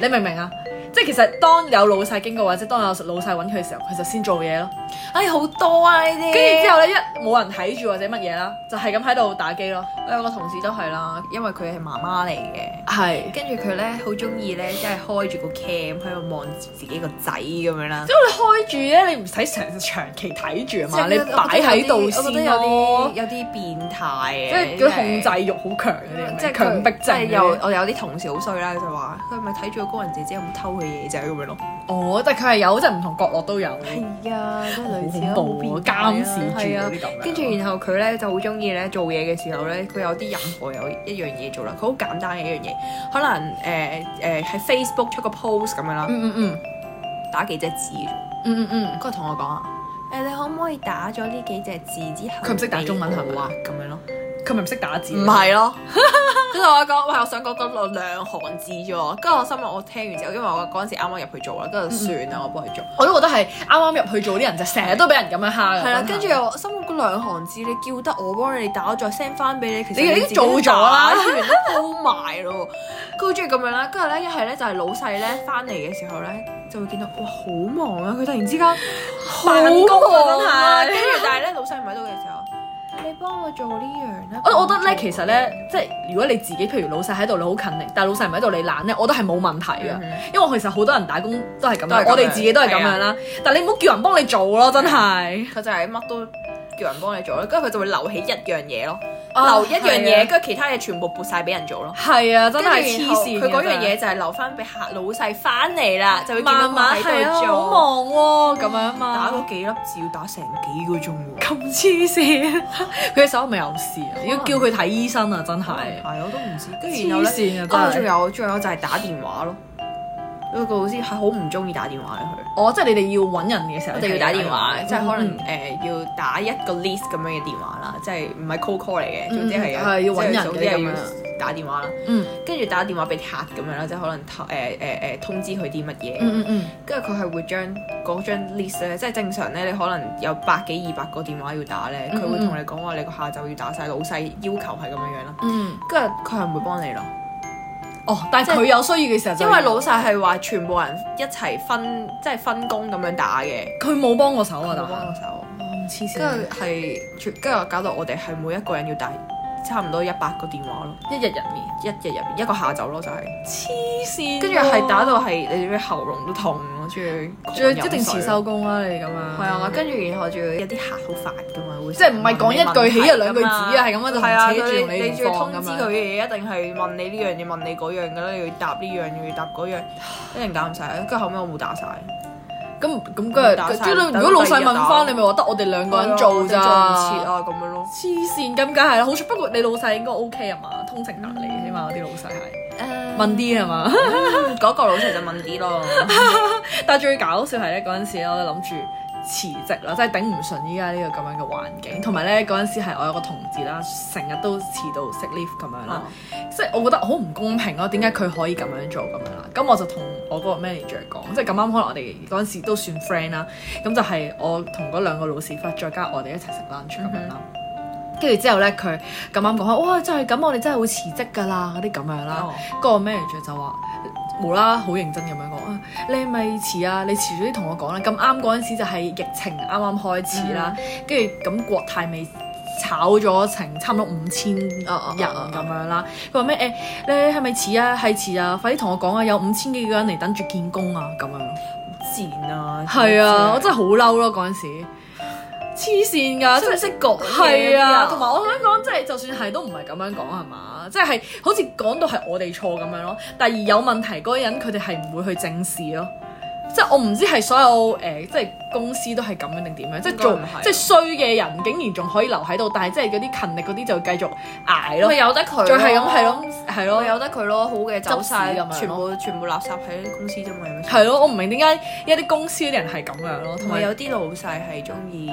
Speaker 1: 你明唔明啊？即係其實當有老細經過或者當有老細揾佢嘅時候，佢就先做嘢咯。
Speaker 2: 哎，好多啊呢啲。
Speaker 1: 跟住之後咧，一冇人睇住或者乜嘢啦，就係咁喺度打機咯。
Speaker 2: 我有個同事都係啦，因為佢係媽媽嚟嘅。
Speaker 1: 係，因
Speaker 2: 跟住佢咧好中意咧，即係開住個 cam 喺度望住自己個仔咁樣啦。
Speaker 1: 為你開住咧，你唔使成日長期睇住啊嘛，你擺喺度
Speaker 2: 我覺得
Speaker 1: 先
Speaker 2: 有啲
Speaker 1: 咯。
Speaker 2: 有啲變態啊
Speaker 1: 即
Speaker 2: 嘅，
Speaker 1: 係嗰啲控制欲好強嗰啲，
Speaker 2: 即係佢
Speaker 1: 強迫
Speaker 2: 即係
Speaker 1: 症嗰啲。
Speaker 2: 有我有啲同事好衰啦，佢就話佢係咪睇住個高人姐姐有冇偷佢嘢仔咁樣咯。
Speaker 1: 哦，但係佢係有，即係唔同角落都有。
Speaker 2: 係啊，即係類似
Speaker 1: 好恐怖啊！監視住
Speaker 2: 係
Speaker 1: 嗰
Speaker 2: 啊
Speaker 1: 啲。咁樣。
Speaker 2: 跟住然後佢咧就好中意咧做嘢嘅時候咧，佢有啲任何有一樣嘢做啦，佢好簡單嘅一樣嘢，可能誒誒喺 Facebook 出個 post 咁樣啦，
Speaker 1: 嗯嗯嗯
Speaker 2: 打幾隻字嘅啫，
Speaker 1: 嗯嗯嗯，
Speaker 2: 佢同我講啊。誒，你可唔可以打咗呢幾隻字之後，
Speaker 1: 佢唔識打中文係咪
Speaker 2: 啊？咁樣咯，
Speaker 1: 佢咪唔識打字？
Speaker 2: 唔，係 咯。佢同我講，喂，我想講嗰度兩行字啫喎。跟住我心諗，我聽完之後，因為我嗰陣時啱啱入去做啦，跟住算啦，我幫佢做。
Speaker 1: 我都覺得係啱啱入去做啲人就成日都俾人咁樣蝦㗎。
Speaker 2: 係啦，
Speaker 1: 真係
Speaker 2: 跟住我心諗嗰兩行字，哎你叫得我幫你打，我再 send 翻俾你，其實
Speaker 1: 你已經
Speaker 2: 自己都
Speaker 1: 做咗啦
Speaker 2: 打完都鋪埋咯。佢好中意咁樣啦，跟住咧一係咧就係老細咧翻嚟嘅時候咧，就會見到哇好忙啊！佢突然之間好
Speaker 1: 辦公
Speaker 2: 忙
Speaker 1: 啊
Speaker 2: 啊，
Speaker 1: 真
Speaker 2: 跟
Speaker 1: 係
Speaker 2: 住但係咧老細唔喺度嘅時候，你幫我做呢樣啦。
Speaker 1: 我我覺得咧，其實咧，即係如果你自己，譬如老細喺度，你好勤力，但係老細唔喺度，你懶咧，我覺得係冇問題嘅。
Speaker 2: 嗯
Speaker 1: 因為其實好多人打工都係咁
Speaker 2: 都係咁
Speaker 1: 樣，
Speaker 2: 樣
Speaker 1: 我哋自己都係咁樣啦。但係你唔好叫人幫你做咯，真係。
Speaker 2: 佢就係乜都叫人幫你做啦，跟住佢就會留起一樣嘢咯，
Speaker 1: 啊
Speaker 2: 留一
Speaker 1: 係
Speaker 2: 樣
Speaker 1: 啊
Speaker 2: 嘢，跟住其他嘢全部撥晒俾人做咯。
Speaker 1: 係啊，真
Speaker 2: 真係
Speaker 1: 係
Speaker 2: 黐
Speaker 1: 黐
Speaker 2: 線
Speaker 1: 線。
Speaker 2: 嘅。佢嗰樣嘢就係留翻俾客老細翻嚟啦，就會見到
Speaker 1: 慢慢
Speaker 2: 佢
Speaker 1: 係
Speaker 2: 喺
Speaker 1: 啊，好
Speaker 2: 度做。
Speaker 1: 忙啊喎，咁樣
Speaker 2: 打
Speaker 1: 嘛。
Speaker 2: 嗰幾粒字要打成幾個鐘喎。
Speaker 1: 咁黐線， 佢嘅手係咪有事啊？要叫佢睇醫生啊，真係。
Speaker 2: 係我都唔知。跟住然後
Speaker 1: 黐線啊真
Speaker 2: 咧，
Speaker 1: 係
Speaker 2: 啊仲有仲有就係打電話咯。有個老師係好唔中意打電話嘅佢，
Speaker 1: 哦，即係你哋要揾人嘅時候，
Speaker 2: 我哋要打電話，即係可
Speaker 1: 嗯
Speaker 2: 能
Speaker 1: 嗯
Speaker 2: 誒要打一個 list 咁樣嘅電話啦，即係唔係 call call 嚟嘅，總之
Speaker 1: 嗯
Speaker 2: 係
Speaker 1: 係要揾人嘅
Speaker 2: 即係總之係
Speaker 1: 咁
Speaker 2: 要打電話啦。
Speaker 1: 嗯
Speaker 2: 跟住打電話俾客咁樣啦，即係可能誒誒誒通知佢啲乜嘢。
Speaker 1: 嗯嗯嗯，
Speaker 2: 跟住佢係會將嗰張 list 咧，即係正常咧，你可能有百幾二百個電話要打咧，佢
Speaker 1: 嗯嗯
Speaker 2: 會同你講話你個下晝要打晒，老細要求係咁樣樣啦。
Speaker 1: 嗯。
Speaker 2: 跟住佢係唔會幫你咯，
Speaker 1: 哦，但係
Speaker 2: 即係
Speaker 1: 佢有需要嘅時候就
Speaker 2: 因
Speaker 1: 要，
Speaker 2: 為老細係話全部人一齊分，即係分工咁樣打嘅，
Speaker 1: 佢冇幫過手啊，
Speaker 2: 冇
Speaker 1: 但係
Speaker 2: 幫我手。
Speaker 1: 哦黐線
Speaker 2: 跟住係全，跟住搞到我哋係每一個人要打差唔多一百個電話咯，
Speaker 1: 一日入面
Speaker 2: 一日入面一個下晝咯就係、
Speaker 1: 黐線喎，
Speaker 2: 跟住係打到係你啲喉嚨都痛咯，仲要
Speaker 1: 仲要
Speaker 2: 狂
Speaker 1: 一定
Speaker 2: 飲水
Speaker 1: 遲收工啦，你咁樣
Speaker 2: 係啊，跟住然後仲要有啲客好煩噶嘛，會
Speaker 1: 即係唔係講一句起一兩句止啊係咁樣就
Speaker 2: 係啊，
Speaker 1: 扯住
Speaker 2: 佢
Speaker 1: 你
Speaker 2: 你
Speaker 1: 唔
Speaker 2: 仲要
Speaker 1: 放
Speaker 2: 通知
Speaker 1: 咁樣
Speaker 2: 佢嘅嘢一定係問你呢樣嘢問你嗰樣噶啦，你要答呢樣又要答嗰樣，一定打唔晒。跟住後尾我冇打晒，
Speaker 1: 咁咁跟
Speaker 2: 打晒
Speaker 1: 住，跟住如
Speaker 2: 等
Speaker 1: 果老細
Speaker 2: 第二日打
Speaker 1: 問翻，你咪話得我哋兩個人做咋，
Speaker 2: 係啊我真係做唔切啊咁樣咯。
Speaker 1: 黐線咁梗係啦，好彩不過你老細應該 OK 啊嘛，通情達理，起碼我啲老細係問啲係嘛。 嗯
Speaker 2: 嗰個老細就問啲咯，
Speaker 1: 但係最搞笑係咧嗰陣時咧，我就諗住辭職啦，真係頂唔順依家呢個咁樣嘅環境，同埋咧嗰陣時係我有個同事啦，成日都遲到 sick leave 咁樣
Speaker 2: 哦
Speaker 1: 啦，即係我覺得好唔公平啊咯，點解佢可以咁樣做咁樣啦？咁我就同我嗰個 manager 講，即係咁啱可能我哋嗰陣時都算 friend 啦，咁就係我同嗰兩個老屎忽，再加我哋一齊食 lunch 咁樣啦。跟住之後咧，佢咁啱講開，哇！真係咁，我哋真係會辭職㗎啦，嗰啲咁樣啦。
Speaker 2: 哦
Speaker 1: 個 manager 就話無啦啦好認真咁樣講啊，你係咪遲啊？你遲咗啲同我講啦。咁啱嗰陣時就係疫情啱啱開始啦，跟住咁國泰咪炒咗成差唔多五千人
Speaker 2: 哦哦哦哦
Speaker 1: 咁樣啦。佢話咩誒？你係咪遲啊？係遲啊！快啲同我講啊！有五千幾個人嚟等住見工啊！咁樣。
Speaker 2: 賤啊！
Speaker 1: 係啊，我真係好嬲咯嗰陣時，黐線㗎，真係
Speaker 2: 識唔識講嘢
Speaker 1: 係啊，
Speaker 2: 啲
Speaker 1: 同埋我想講，即係就算係都唔係咁樣講係嘛，即係好似講到係我哋錯咁樣咯。第二有問題嗰個人，佢哋係唔會去正視咯。即係我唔知係所有誒、呃即係公司都係咁樣定點樣，即係
Speaker 2: 應該
Speaker 1: 做
Speaker 2: 唔係
Speaker 1: 即係衰嘅人，竟然仲可以留喺度，但係即係嗰啲勤力嗰啲就繼續捱
Speaker 2: 咪
Speaker 1: 咯，
Speaker 2: 由得佢咯，
Speaker 1: 再係咁係咯係
Speaker 2: 我
Speaker 1: 咯。
Speaker 2: 由得佢咯，好嘅走晒
Speaker 1: 執屎咁樣，咯
Speaker 2: 全部全部垃圾喺公司啫嘛，有咩所謂
Speaker 1: 係咯，我唔明點解一啲公司啲人係咁樣咯，同
Speaker 2: 同埋
Speaker 1: 埋
Speaker 2: 有啲老細係中意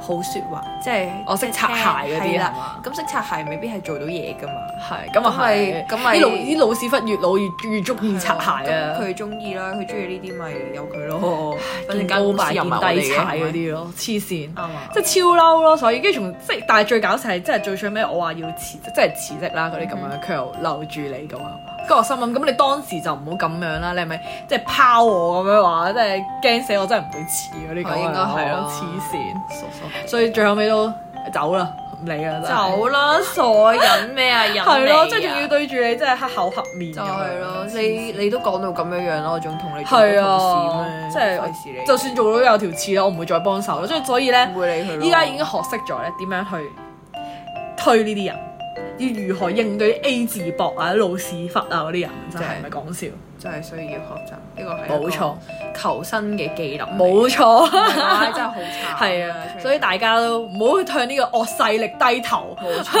Speaker 2: 好説話，即係
Speaker 1: 我識擦鞋嗰啲啊係
Speaker 2: 係
Speaker 1: 嘛
Speaker 2: 啦。咁識擦鞋未必係做到嘢噶嘛。
Speaker 1: 係咁啊係，
Speaker 2: 咁咪
Speaker 1: 啲老啲老屎忽越老越越中意擦鞋啊
Speaker 2: 咁！佢中意啦，佢中意呢啲咪由佢咯。反
Speaker 1: 見
Speaker 2: 正
Speaker 1: 高
Speaker 2: 間
Speaker 1: 拜見低踩嗰
Speaker 2: 啲，
Speaker 1: 啲咯，黐線
Speaker 2: 啱，啊
Speaker 1: 即係超嬲咯。所以跟住仲即係，但係最搞笑係即係最最尾我話要辭職，即係辭職啦嗰啲咁樣，佢又留住你咁樣。跟住我心諗，咁你當時就唔好咁樣啦，你係咪即係拋我咁樣話，即係驚死我真係唔會辭嗰啲咁樣
Speaker 2: 應該係
Speaker 1: 咯
Speaker 2: 啊，
Speaker 1: 黐線。
Speaker 2: 傻傻。
Speaker 1: 所以最後尾都走啦，唔理啦，真係
Speaker 2: 走 啦，傻忍咩啊？忍
Speaker 1: 係咯，
Speaker 2: 你
Speaker 1: 即係仲要
Speaker 2: 啊
Speaker 1: 對住你真係黑口黑面咁
Speaker 2: 就
Speaker 1: 樣。
Speaker 2: 係咯，你你都講到咁樣樣咯，我仲同你做
Speaker 1: 係
Speaker 2: 同事
Speaker 1: 啊
Speaker 2: 咩？，
Speaker 1: 即係
Speaker 2: 費事你，
Speaker 1: 就算做到有條刺啦，我唔會再幫手啦。所以所以咧
Speaker 2: 唔，會理佢咯。
Speaker 1: 依家已經學識咗咧點樣去推呢啲人，要如何應對 A 字膊啊、老屎忽啊嗰啲人，真係唔係講笑。
Speaker 2: 真係需要學習，呢個係啊一個
Speaker 1: 冇錯，
Speaker 2: 求生嘅技能嚟。
Speaker 1: 冇錯，
Speaker 2: 係啊 真係好慘。
Speaker 1: 係啊，所以大家都唔好去向呢個惡勢力低頭。
Speaker 2: 冇錯，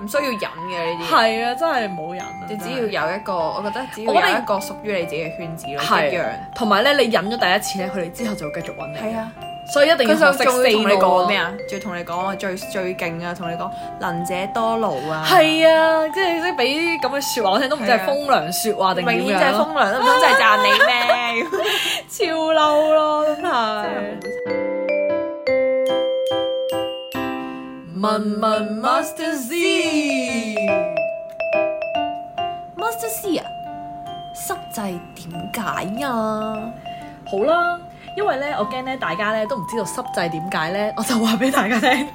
Speaker 2: 唔需要忍嘅呢啲。
Speaker 1: 係啊，真係冇人啊。
Speaker 2: 你只
Speaker 1: 真
Speaker 2: 要
Speaker 1: 係
Speaker 2: 有一個，我覺得只要
Speaker 1: 我覺得
Speaker 2: 有一個屬於你自己嘅圈子咯，一
Speaker 1: 係
Speaker 2: 樣。
Speaker 1: 啊，同埋咧，你忍咗第一次咧，佢哋之後就會繼續揾你。
Speaker 2: 係啊，
Speaker 1: 所以一定要
Speaker 2: 佢
Speaker 1: 學識
Speaker 2: 就仲會
Speaker 1: say
Speaker 2: 同你
Speaker 1: no 咯
Speaker 2: 講咩？啊？仲要同你講我最最勁啊，同你講能者多勞啊。
Speaker 1: 係啊，即係即係俾啲咁嘅説話我聽都唔知係
Speaker 2: 係啊
Speaker 1: 風涼説話定點
Speaker 2: 明顯就係
Speaker 1: 樣咯，
Speaker 2: 風涼啦，唔通真係讚你咩？
Speaker 1: 超嬲咯，真係。問問 Master Z，
Speaker 2: Master C 啊，濕滯點解啊？
Speaker 1: 好啦，因為咧我驚咧大家咧都唔知道濕滯點解咧， 我就話俾大家聽，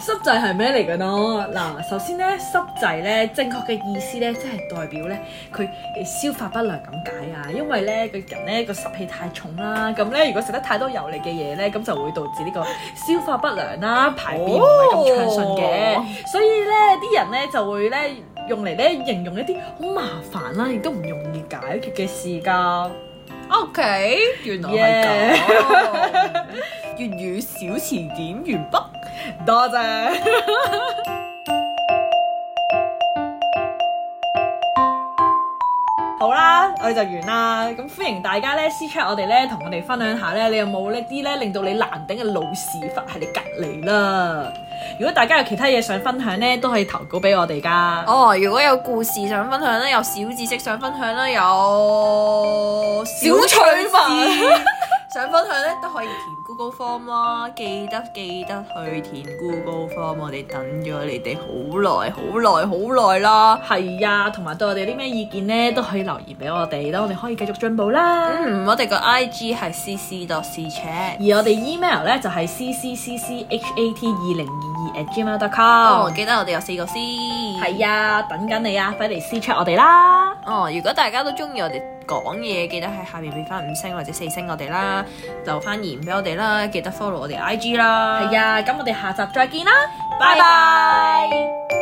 Speaker 1: 濕滯係咩嚟嘅咯？嗱，首先咧濕滯咧正確嘅意思咧，即係代表咧佢誒消化不良咁解啊，因為咧個人咧個濕氣太重啦，咁咧如果食得太多油膩嘅嘢咧，咁就會導致呢個消化不良啦，排便唔係咁暢順嘅。
Speaker 2: 哦
Speaker 1: 所以咧，啲人咧就會咧用嚟咧形容一啲好麻煩啦，亦都唔容易解決嘅事㗎。
Speaker 2: O K，原來係 咁。粵語小詞典完畢。
Speaker 1: 多謝。好啦，我哋就完啦。咁歡迎大家咧私 chat 我哋咧，同我哋分享下咧，你有冇呢啲咧令到你難頂嘅老屎忽喺你隔離啦？如果大家有其他嘢想分享咧，都可以投稿俾我哋噶。
Speaker 2: 哦，如果有故事想分享啦，有小知識想分享啦，有小趣事想分享咧，都可以填 Google Form 啦。記得記得去填 Google Form，我哋等咗你哋好耐好耐好耐啦。
Speaker 1: 係啊，同埋對我哋有啲咩意見咧，都可以留言俾我哋啦，我哋可以繼續進步啦。
Speaker 2: 嗯，我哋個 I G 係 C C dot C chat。
Speaker 1: 而我哋 email 咧就係 c c c c h a t e 二零二 at gmail.com。
Speaker 2: 哦，記得我哋有四個 C。係
Speaker 1: 係啊，等緊你啊，快嚟私 check 我哋啦！
Speaker 2: 哦，如果大家都中意我哋講嘢，記得喺下面俾翻五星或者四星我哋啦，留翻言俾我哋啊啦，記得 follow 我哋 IG 啦。
Speaker 1: 係啊，咁我哋下集再見啦，拜
Speaker 2: 拜拜
Speaker 1: 拜。